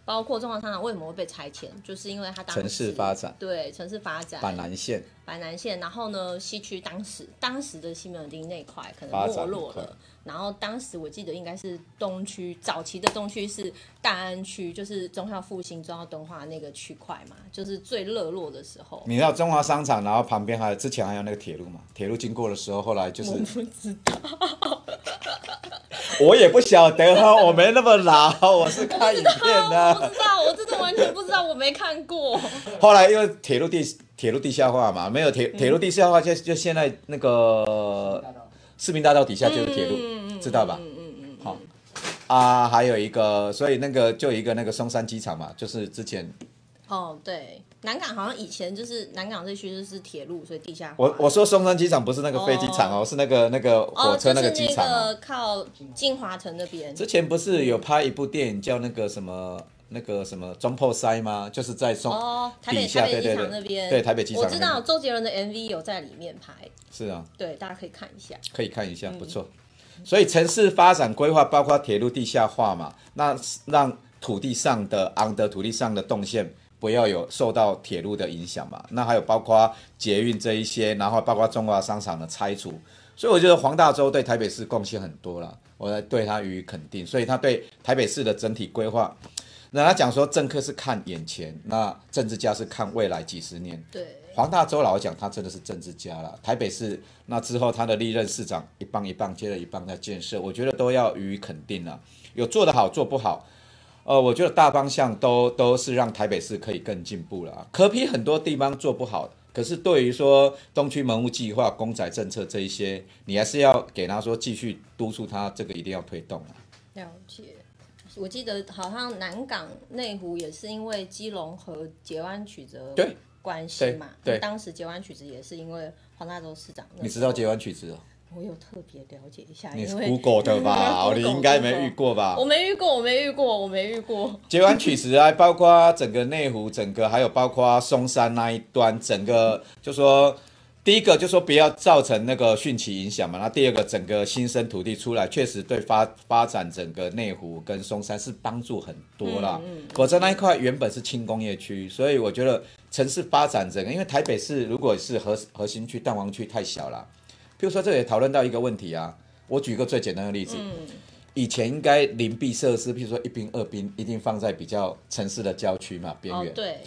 Speaker 1: 包括中华商场为什么会被拆迁，就是因为它当时
Speaker 2: 城市发展
Speaker 1: 对城市发展
Speaker 2: 板南线
Speaker 1: 板南线，然后呢，西区当时当时的西门町那一块可能
Speaker 2: 发
Speaker 1: 没
Speaker 2: 展
Speaker 1: 落了，然后当时我记得应该是东区，早期的东区是大安区，就是中校复兴、中校敦化那个区块嘛，就是最热络的时候。
Speaker 2: 你知道中华商场，然后旁边还有之前还有那个铁路嘛？铁路经过的时候，后来就是
Speaker 1: 我不知道，
Speaker 2: 我也不晓得哈，我没那么老，我是看影片
Speaker 1: 不
Speaker 2: 的。
Speaker 1: 知道，我真的完全不知道，我没看过。
Speaker 2: 后来因为铁路地铁路地下化嘛，没有铁
Speaker 1: 嗯
Speaker 2: 铁路地下化就就现在那个市民大道底下就是铁路，知道吧？好啊，还有一个，所以那个就有一个那个松山机场嘛，就是之前
Speaker 1: 哦，对，南港好像以前就是南港这区就是铁路，所以地下化
Speaker 2: 我我说松山机场不是那个飞机场哦，是那个那个火
Speaker 1: 哦，
Speaker 2: 车
Speaker 1: 就是
Speaker 2: 那个机场、哦。
Speaker 1: 那个靠金华城那边。
Speaker 2: 之前不是有拍一部电影叫那个什么那个什么中破塞吗？就是在松、
Speaker 1: 哦，台北
Speaker 2: 底下
Speaker 1: 台北
Speaker 2: 对
Speaker 1: 机
Speaker 2: 对
Speaker 1: 场
Speaker 2: 对
Speaker 1: 那边，
Speaker 2: 对台北机场
Speaker 1: 我
Speaker 2: 那
Speaker 1: 知
Speaker 2: 边
Speaker 1: 道周杰伦的 MV 有在里面拍，
Speaker 2: 是啊，
Speaker 1: 对，大家可以看一下。
Speaker 2: 可以看一下，不错。所以城市发展规划包括铁路地下化嘛，那让土地上的昂德土地上的动线不要有受到铁路的影响嘛。那还有包括捷运这一些，然后包括中华商场的拆除。所以我觉得黄大洲对台北市贡献很多了，我对他予以肯定。所以他对台北市的整体规划，那他讲说政客是看眼前，那政治家是看未来几十年。
Speaker 1: 对，
Speaker 2: 黄大洲老实讲，他真的是政治家了。台北市那之后，他的历任市长一棒一棒接了一棒在建设，我觉得都要予以肯定了。有做得好，做不好，呃，我觉得大方向都都是让台北市可以更进步了啊。可批很多地方做不好，可是对于说东区门户计划、公仔政策这一些，你还是要给他说继续督促他，这个一定要推动啊。
Speaker 1: 了解。我记得好像南港内湖也是因为基隆和捷湾曲折
Speaker 2: 对
Speaker 1: 关系嘛，
Speaker 2: 对对
Speaker 1: 当时捷湾曲折也是因为黄大洲市长那时候。
Speaker 2: 你知道结完曲子哦？
Speaker 1: 我有特别了解一下，
Speaker 2: 你是
Speaker 1: 哎因为
Speaker 2: Google 的 吧？哦
Speaker 1: Google，
Speaker 2: 你应该没遇
Speaker 1: Google
Speaker 2: 过吧？
Speaker 1: 我没遇过，我没遇过，我没遇过。
Speaker 2: 结完曲池啊，包括整个内湖，整个还有包括松山那一端，整个就说第一个就说不要造成那个汛期影响嘛。那第二个，整个新生土地出来，确实对发发展整个内湖跟松山是帮助很多啦。
Speaker 16: 嗯嗯
Speaker 2: 否则那一块原本是轻工业区，所以我觉得城市发展整个，因为台北市如果是核核心区、蛋黄区太小了。譬如说，这也讨论到一个问题啊。我举个最简单的例子，
Speaker 1: 嗯，
Speaker 2: 以前应该邻避设施，譬如说一兵、二兵，一定放在比较城市的郊区嘛，边
Speaker 1: 哦
Speaker 2: 缘。
Speaker 1: 对，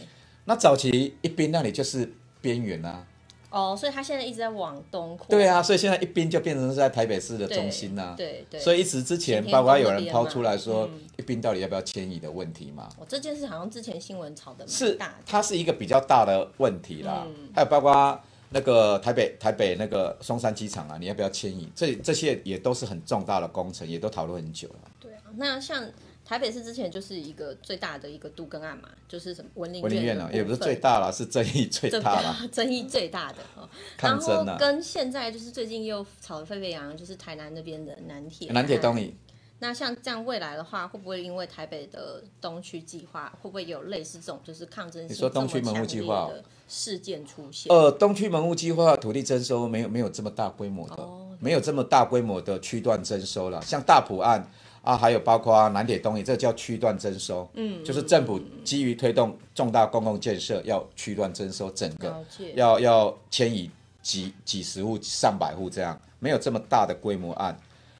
Speaker 2: 那早期一兵那里就是边缘啊。
Speaker 1: 哦，所以他现在一直在往东扩。
Speaker 2: 对啊，所以现在一兵就变成是在台北市的中心呐、
Speaker 1: 对对对
Speaker 2: 所以一直之前，
Speaker 1: 行天宫
Speaker 2: 包括有
Speaker 1: 那
Speaker 2: 人
Speaker 1: 边
Speaker 2: 抛
Speaker 1: 嘛
Speaker 2: 出来说
Speaker 1: 嗯，
Speaker 2: 一兵到底要不要迁移的问题嘛。
Speaker 1: 哦，这件事好像之前新闻炒的蛮
Speaker 2: 是
Speaker 1: 大的，嗯
Speaker 2: 它是一个比较大的问题啦。还有包括那个台北台北那个松山机场啊，你要不要迁移？这这些也都是很重大的工程，也都讨论很久了。
Speaker 1: 对啊，那像台北市之前就是一个最大的一个都更案嘛，就是什么文林
Speaker 2: 文林院
Speaker 1: 的
Speaker 2: 呢
Speaker 1: 部，分
Speaker 2: 也不是最大啦，是争议最
Speaker 1: 最
Speaker 2: 大啦。
Speaker 1: 争议最大的哦。
Speaker 2: 抗争啊
Speaker 1: 然后跟现在就是最近又炒得沸沸扬扬，就是台南那边的南铁
Speaker 2: 南铁东
Speaker 1: 案。
Speaker 2: 里
Speaker 1: 那像这样未来的话，会不会因为台北的东区计划，会不会有类似这种就是抗争性
Speaker 2: 你说东区
Speaker 1: 这么
Speaker 2: 门户
Speaker 1: 强
Speaker 2: 计
Speaker 1: 烈
Speaker 2: 划哦
Speaker 1: 的事件出现？
Speaker 2: 呃，东区门户计划土地征收没有没有这么大规模的，没有这么大规模的区段征收了。像大埔案啊，还有包括南铁东里，这叫区段征收，
Speaker 1: 嗯
Speaker 2: 就是政府基于推动重大公共建设，要区段征收整个
Speaker 1: 了解，
Speaker 2: 要要迁移几几十户、上百户这样，没有这么大的规模案。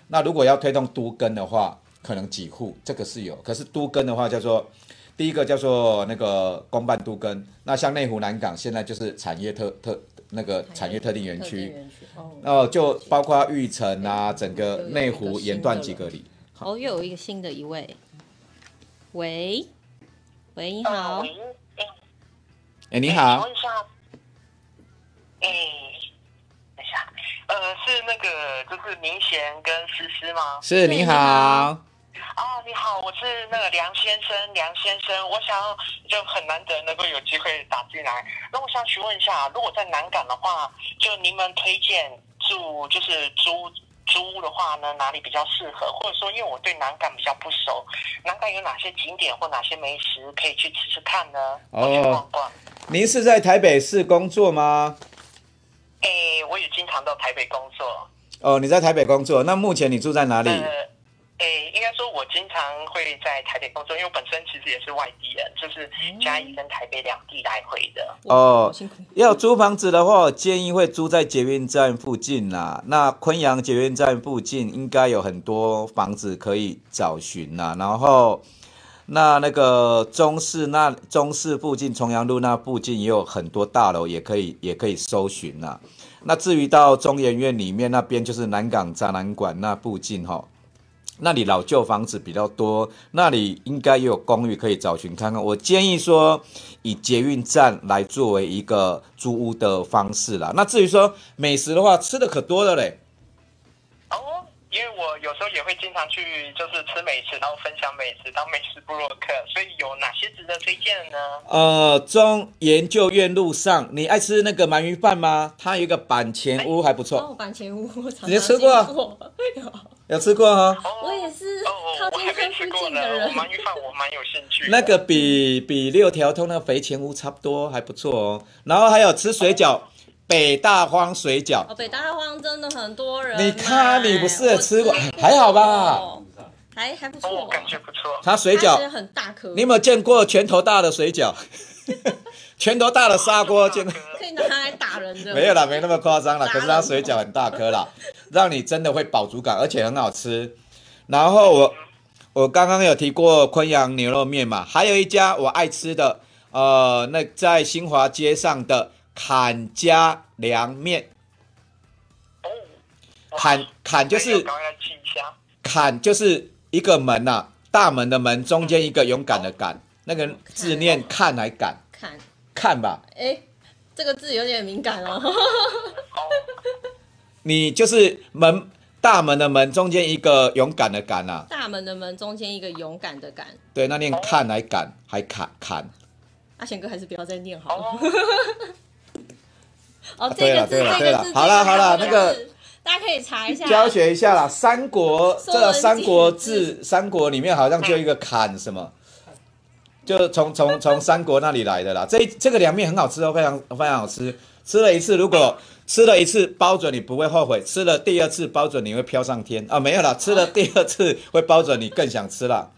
Speaker 2: 那如果要推动都更的话，可能几户这个是有，可是都更的话叫做第一个叫做那个公办都跟，那像内湖南港现在就是产业特特那个产业特定园区，哦，就包括玉城啊，整个内湖沿段几个里。
Speaker 1: 哦，又有一个新的一位，喂，喂，你
Speaker 2: 啊
Speaker 1: 好，
Speaker 2: 哎，你好
Speaker 16: 请问，一下，哎、等一下，呃，是那个就是明贤跟思思吗？
Speaker 2: 是你好，
Speaker 16: 哦，你好，我是那个梁先生，梁先生，我想要就很难得能够有机会打进来。那我想询问一下，如果在南港的话，就您们推荐住就是租租屋的话呢，哪里比较适合？或者说，因为我对南港比较不熟，南港有哪些景点或哪些美食可以去吃吃看呢？
Speaker 2: 哦，您是在台北市工作吗？
Speaker 16: 哎、我也经常到台北工作，
Speaker 2: 哦，你在台北工作，那目前你住在哪里？
Speaker 16: 呃诶，应该说，我经常会在台北工作，因为我本身其实也是外地人，就是嘉义跟台北两地来回的。
Speaker 2: 哦，要租房子的话，我建议会租在捷运站附近啦。那昆阳捷运站附近应该有很多房子可以找寻啦。然后，那那个中市那中市附近重阳路那附近也有很多大楼，也可以也可以搜寻啦。那至于到中研院里面那边，就是南港展览馆那附近哈、那里老旧房子比较多，那里应该也有公寓可以找寻看看。我建议说，以捷运站来作为一个租屋的方式啦。那至于说美食的话，吃的可多了嘞。
Speaker 16: 因为我哦有时候也会经常去，就是吃美食，然后分享美食，当美食部落客。所以有哪些值得推荐的呢？
Speaker 2: 呃，中研究院路上，你爱吃那个鳗鱼饭吗？它有一个板前屋还不
Speaker 1: 哦，
Speaker 2: 错，
Speaker 1: 板前屋，我常常
Speaker 2: 你有吃
Speaker 1: 经
Speaker 2: 过哦
Speaker 1: 过
Speaker 2: 有吃过哈、
Speaker 1: 我也是靠近这附近的
Speaker 16: 呃，
Speaker 1: 人，
Speaker 16: 鳗鱼饭我蛮有兴趣。
Speaker 2: 那个比比六条通的肥前屋差不多，还不错哦。然后还有吃水饺，北大荒水饺
Speaker 1: 哦，，北大荒真的很多人，哎
Speaker 2: 你看你不是也吃过，哎还好吧？哦
Speaker 1: 还还不错，感觉
Speaker 16: 不错
Speaker 2: 它水饺
Speaker 1: 很大颗，
Speaker 2: 你有没有见过拳头大的水饺？ 拳头大的砂锅见过？
Speaker 1: 可以拿来打人的？
Speaker 2: 没有啦，没那么夸张啦。可是它水饺很大颗啦， 让你真的会饱足感，而且很好吃。然后我我刚刚有提过昆阳牛肉面嘛，还有一家我爱吃的，呃，那在新华街上的坎家凉面。坎坎就是坎就是一个门呐、大门的门中间一个勇敢的敢，那个字念看还敢
Speaker 1: 看，
Speaker 2: 看吧，
Speaker 1: 哎，这个字有点敏感哦。
Speaker 2: 你就是门大门的门中间一个勇敢的敢啊，
Speaker 1: 大门的门中间一个勇敢的敢，
Speaker 2: 对，那念看还敢还砍砍，
Speaker 1: 阿贤哥还是不要再念好了。 哦，这
Speaker 2: 啊对
Speaker 1: 个
Speaker 2: 了
Speaker 1: 字，
Speaker 2: 对了
Speaker 1: 这
Speaker 2: 对
Speaker 1: 个
Speaker 2: 了
Speaker 1: 字，，
Speaker 2: 好了
Speaker 1: 这
Speaker 2: 好了，
Speaker 1: 字
Speaker 2: 那个
Speaker 1: 大家可以查一下
Speaker 2: 教学一下啦，三国
Speaker 1: 说
Speaker 2: 这
Speaker 1: 文
Speaker 2: 个三
Speaker 1: 解
Speaker 2: 国志三国里面好像就一个砍什么。就从从从三国那里来的啦，这一这个凉面很好吃哦，非常非常好吃。吃了一次，如果吃了一次，包准你不会后悔；吃了第二次，包准你会飘上天啊！没有啦，吃了第二次会包准你更想吃啦。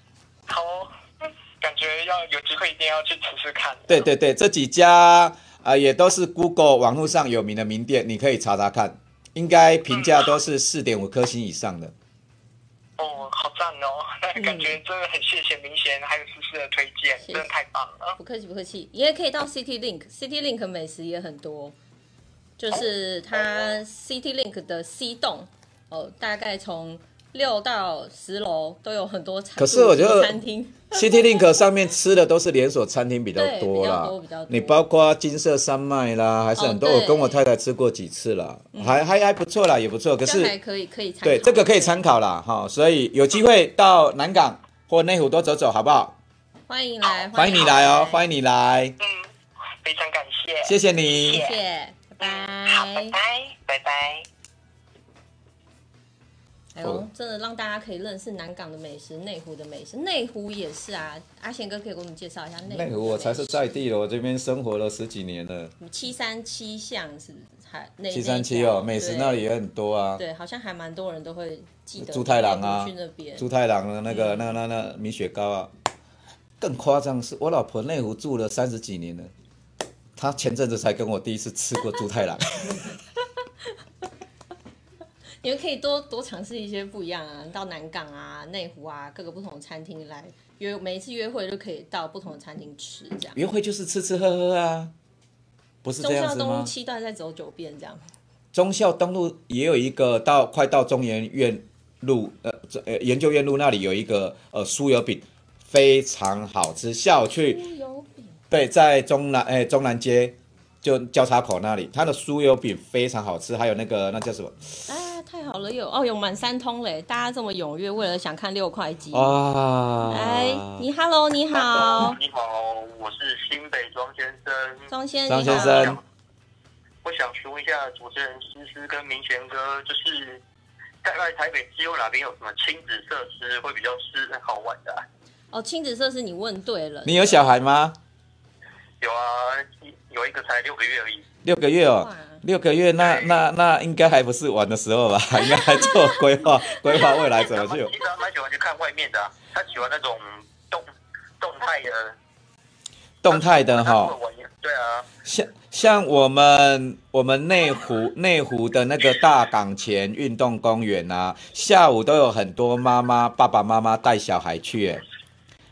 Speaker 16: 好哦，感觉要有机会一定要去吃吃看。
Speaker 2: 对对对，这几家啊、呃也都是 Google 网络上有名的名店，你可以查查看，应该评价都
Speaker 1: 嗯
Speaker 2: 是四点五颗星以上的。
Speaker 16: 哦，好赞哦！那感觉真的很谢谢明贤还有思思的推荐，真的太棒了。
Speaker 1: 不客气不客气，也可以到 City Link，City Link 美食也很多，就是它 City Link 的 C 栋哦，大概从六到十楼都有很多餐，
Speaker 2: 可是我觉得
Speaker 1: 餐厅
Speaker 2: City Link 上面吃的都是连锁餐厅比较
Speaker 1: 对
Speaker 2: 多 啦
Speaker 1: 比较多比较多，
Speaker 2: 你包括金色山脉啦，还是很多。
Speaker 1: 哦对嗯
Speaker 2: 我跟我太太吃过几次啦，还还还不错啦，也不错。可
Speaker 1: 这样还
Speaker 2: 是
Speaker 1: 可以可以参考
Speaker 2: 对这个可以参考啦，哈、所以有机会到南港或内湖多走走，好不好？
Speaker 1: 欢迎来，
Speaker 2: 欢迎你来哦，欢迎你来，
Speaker 16: 非常感谢，
Speaker 2: 谢谢你。
Speaker 1: 谢谢，拜拜，
Speaker 16: 拜拜。
Speaker 1: 哎呦，真的让大家可以认识南港的美食、内湖的美食，内湖也是啊。阿贤哥可以给我们介绍一下内
Speaker 2: 内
Speaker 1: 湖
Speaker 2: 湖我才是在地的，我这边生活了十几年了。
Speaker 1: 七三七巷是不是？还那
Speaker 2: 七三七哦，美食那里也很多啊。
Speaker 1: 对，好像还蛮多人都会记得
Speaker 2: 猪太郎啊
Speaker 1: 去那边，
Speaker 2: 猪太郎的那个、那那那米雪糕啊，更夸张的是我老婆内湖住了三十几年了，她前阵子才跟我第一次吃过猪太郎，
Speaker 1: 你们可以多多尝试一些不一样啊，到南港啊、内湖啊各个不同的餐厅来约，每一次约会都可以到不同的餐厅吃，这样。
Speaker 2: 约会就是吃吃喝喝啊，不是这
Speaker 1: 中
Speaker 2: 样
Speaker 1: 孝
Speaker 2: 子
Speaker 1: 东
Speaker 2: 吗
Speaker 1: 路？七段再走九遍这样。
Speaker 2: 忠孝东路也有一个到快到中研院路呃这呃研究院路那里有一个呃酥油饼，非常好吃，下午去对，在中南哎中南街就交叉口那里，它的酥油饼非常好吃，还有那个那叫什么
Speaker 1: 啊，太好了，有哦，有满三通嘞！大家这么踊跃，为了想看六块肌。
Speaker 2: 啊？
Speaker 1: 哎，你 Hello，你好，
Speaker 17: 你好，我是新北庄先生。
Speaker 1: 庄先
Speaker 2: 张先生，
Speaker 17: 我想询问一下主持人思思跟明贤哥，就是大概台北只有哪边有什么亲子设施会比较是好玩的啊、
Speaker 1: 哦，亲子设施你问对了，
Speaker 2: 啊你有小孩吗？
Speaker 17: 有啊，有一个才六个月而已。
Speaker 2: 六个月哦，六个月那那那应该还不是玩的时候吧？ 应该还做规划规划未来怎么去。
Speaker 17: 其实他蛮喜欢去看外面的啊、他喜欢那种动动态的。
Speaker 2: 动态的哈。
Speaker 17: 对啊，
Speaker 2: 像像我们我们内湖内湖的那个大港前运动公园啊，下午都有很多妈妈爸爸妈妈带小孩去，哎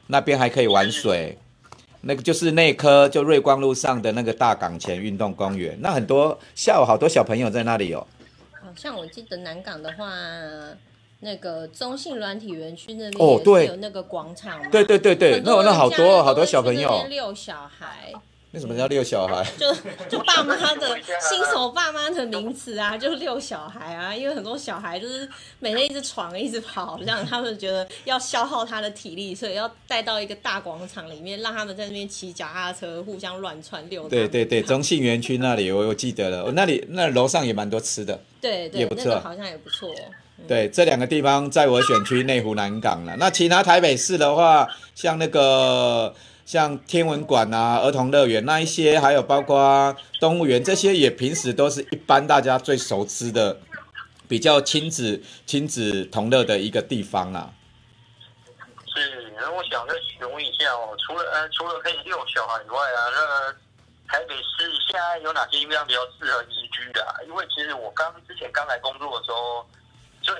Speaker 2: 那边还可以玩水。那个就是内科，就瑞光路上的那个大港前运动公园，那很多下午好多小朋友在那里哦。
Speaker 1: 好像我记得南港的话，那个中信软体园区那边
Speaker 2: 哦
Speaker 1: 也是
Speaker 2: 对
Speaker 1: 有那个广场嘛，
Speaker 2: 对对对对，那我那好多好多小朋
Speaker 1: 那
Speaker 2: 友
Speaker 1: 边，遛小孩，
Speaker 2: 那什么叫遛小孩？
Speaker 1: 就就爸妈的新手爸妈的名词啊，就遛小孩啊，因为很多小孩就是每天一直闯一直跑，让他们觉得要消耗他的体力，所以要带到一个大广场里面，让他们在那边骑脚踏车互相乱窜遛他们。
Speaker 2: 对对对，中信园区那里我我记得了，我那里那楼上也蛮多吃的。
Speaker 1: 对对
Speaker 2: 也不
Speaker 1: 那
Speaker 2: 错啊
Speaker 1: 个好像也不错。
Speaker 2: 对，这两个地方在我选区内湖南港了。那其他台北市的话，像那个像天文馆啊、儿童乐园那一些，还有包括动物园这些，也平时都是一般大家最熟知的，比较亲子亲子同乐的一个地方啦。
Speaker 17: 是。然后我想再询问一下哦，除了呃除了可以遛小孩以外啊，那台北市现在有哪些地方比较适合宜居的、啊？因为其实我刚之前刚来工作的时候，最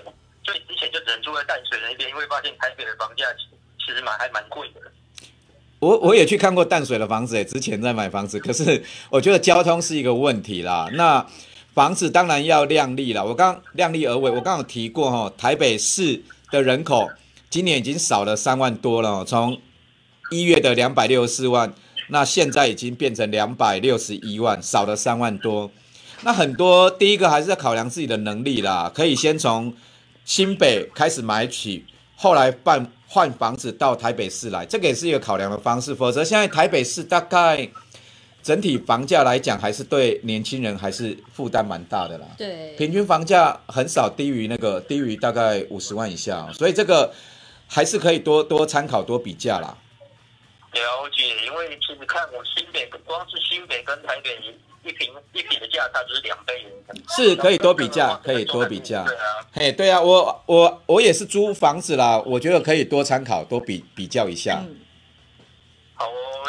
Speaker 17: 最之前就只能住在淡水那边，因为发现台北的房价其其实蛮还蛮贵的。
Speaker 2: 我我也去看过淡水的房子，诶，欸之前在买房子，可是 我觉得交通是一个问题啦。那房子当然要量力啦，我刚量力而为，我刚有提过哈、哦，台北市的人口今年已经少了三万多了、哦，从一月的两百六十四万，那现在已经变成两百六十一万，少了三万多。那很多第一个还是要考量自己的能力啦，可以先从新北开始买起，后来办换房子到台北市来，这个也是一个考量的方式。否则现在台北市大概整体房价来讲，还是对年轻人还是负担蛮大的啦。
Speaker 1: 对，
Speaker 2: 平均房价很少低于那个低于大概五十万以下哦、所以这个还是可以多多参考多比价啦。
Speaker 17: 了解，因为其实看我新北光是新北跟台北一平一平的价差就是两倍了。
Speaker 2: 是可以多比价，可以多比价。嘿，对啊，我我我也是租房子啦，我觉得可以多参考，多比比较一下。
Speaker 1: 嗯
Speaker 17: 哦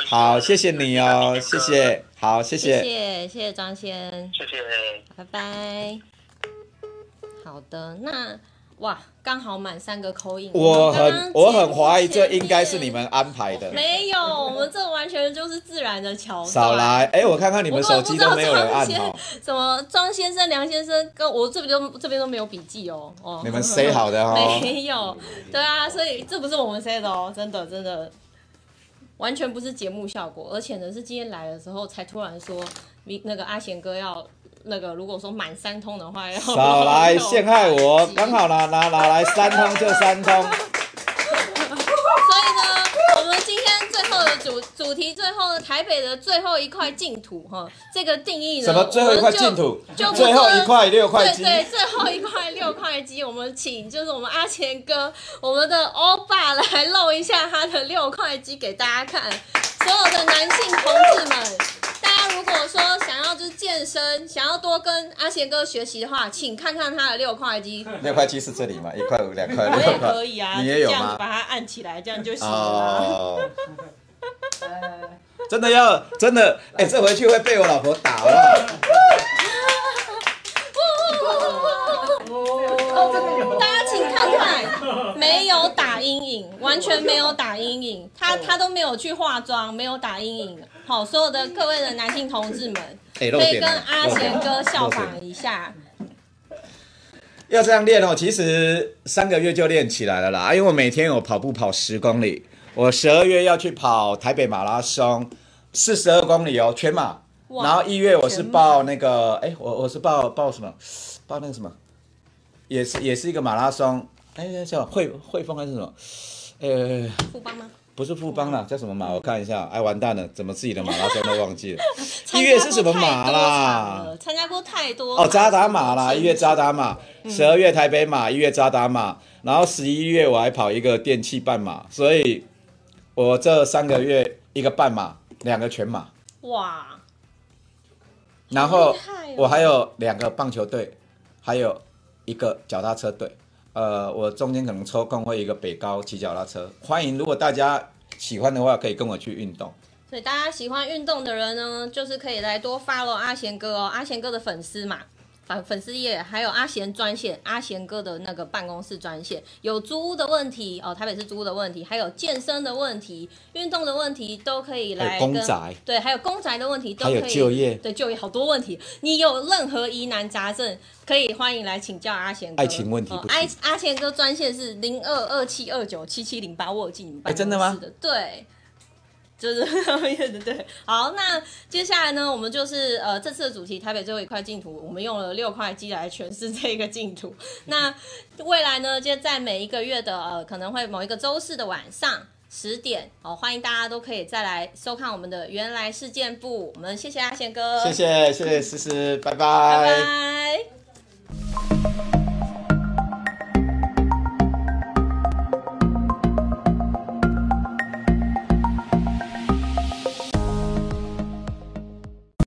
Speaker 2: 好谢谢你哦，谢谢，好，谢
Speaker 1: 谢谢谢谢张先，
Speaker 17: 谢谢，
Speaker 1: 拜拜。好的，那哇，刚好满三个扣印，
Speaker 2: 我
Speaker 1: 刚刚
Speaker 2: 很我很怀疑这应该是你们安排 的，
Speaker 1: 没有，我们这完全就是自然的桥段。
Speaker 2: 少来，哎，我看看你们手机都没有人
Speaker 1: 啊我
Speaker 2: 按
Speaker 1: 根本不知道
Speaker 2: 哦
Speaker 1: 庄，先什么庄先生、梁先生，跟我这边都这边都没有笔记哦。哦，
Speaker 2: 你们 say 好的哦
Speaker 1: 没有，对啊，所以这不是我们 say 的哦，真的真的，完全不是节目效果，而且呢是今天来的时候才突然说，你那个阿贤哥要那个，如果说满三通的 话要
Speaker 2: 少来陷害我，刚好啦，拿拿来三通就三通，
Speaker 1: 所以呢，我们今天最后的主主题，最后呢，台北的最后一块净土哈，这个定义呢，
Speaker 2: 什么最后一块
Speaker 1: 我们就
Speaker 2: 净土
Speaker 1: 就，不
Speaker 2: 最后一块六块
Speaker 1: 对
Speaker 2: 鸡，
Speaker 1: 对，最后一块六块鸡，我们请就是我们阿钱哥，我们的欧巴来露一下他的六块鸡给大家看。所有的男性同志们，大家如果说想要就是健身，想要多跟阿钱哥学习的话，请看看他的六块鸡。
Speaker 2: 六块鸡是这里吗？一块五、两 块、
Speaker 1: 我
Speaker 2: 六
Speaker 1: 也
Speaker 2: 块
Speaker 1: 可以啊，，
Speaker 2: 你也有
Speaker 1: 这样子
Speaker 2: 吗？
Speaker 1: 把它按起来，这样就行了。
Speaker 2: 哦，真的要真的，哎、这回去会 被我老婆打了。
Speaker 1: 哦全没有打阴影，他他都没有去化妆，没有打阴影。好，所有的各位的男性同志们，
Speaker 2: 哎露
Speaker 1: 可以跟
Speaker 2: 点了
Speaker 1: 阿
Speaker 2: 露点
Speaker 1: 贤哥
Speaker 2: 了
Speaker 1: 效
Speaker 2: 露点
Speaker 1: 仿一下。
Speaker 2: 要这样练哦，其实三个月就练起来了啦。因为我每天有跑步跑十公里，我十二月要去跑台北马拉松，四十二公里哦，全马。
Speaker 18: 哇
Speaker 2: 然后一月我是报那个，哎，我我是报报什么？报那个什么？也是也是一个马拉松，哎，叫汇汇丰还是什么？呃，
Speaker 1: 富邦吗？
Speaker 2: 不是富邦啦，
Speaker 1: 哦
Speaker 2: 叫什么马？我看一下，哎，完蛋了，怎么自己的马拉松都忘记了？一
Speaker 1: 参加
Speaker 2: 月是什么
Speaker 1: 过太
Speaker 2: 马
Speaker 1: 多
Speaker 2: 啦？
Speaker 1: 场了？参加过太多
Speaker 2: 哦，扎达马啦，一月扎达马，
Speaker 1: 嗯
Speaker 2: 十二月台北马，一月扎达马，然后十一月我还跑一个电器半马，所以我这三个月一个半马，两个全马，
Speaker 1: 哇，
Speaker 2: 然后
Speaker 1: 好厉害哦
Speaker 2: 我还有两个棒球队，还有一个脚踏车队。呃，我中间可能抽空会一个北高骑脚踏车，欢迎如果大家喜欢的话，可以跟我去运动。
Speaker 1: 所以大家喜欢运动的人呢，就是可以来多 follow 阿贤哥哦，阿贤哥的粉丝嘛，粉粉丝页，还有阿贤专线，阿贤哥的那个办公室专线，有租屋的问题哦，台北市租屋的问题，还有健身的问题，运动的问题都可以
Speaker 2: 还
Speaker 1: 来
Speaker 2: 有公
Speaker 1: 跟
Speaker 2: 宅
Speaker 1: 对，还有公宅的问题都
Speaker 2: 还
Speaker 1: 可以，
Speaker 2: 有就业
Speaker 1: 对就业好多问题，你有任何疑难杂症，可以欢迎来请教阿贤哥。
Speaker 2: 爱情问题
Speaker 1: 哦
Speaker 2: 不行
Speaker 1: 阿阿贤哥专线是零二二七二九七七零八，我有记你们
Speaker 2: 哎
Speaker 1: 办
Speaker 2: 真的吗
Speaker 1: 公室的，对。就是 对，好，那接下来呢，我们就是呃这次的主题台北最后一块净土，我们用了六块肌来诠释这个净 土。那未来呢，就在每一个月的呃可能会某一个周四的晚上十点哦，欢迎大家都可以再来收看我们的原来事件部。我们谢谢阿贤哥，
Speaker 2: 谢谢谢谢思思，拜
Speaker 1: 拜拜。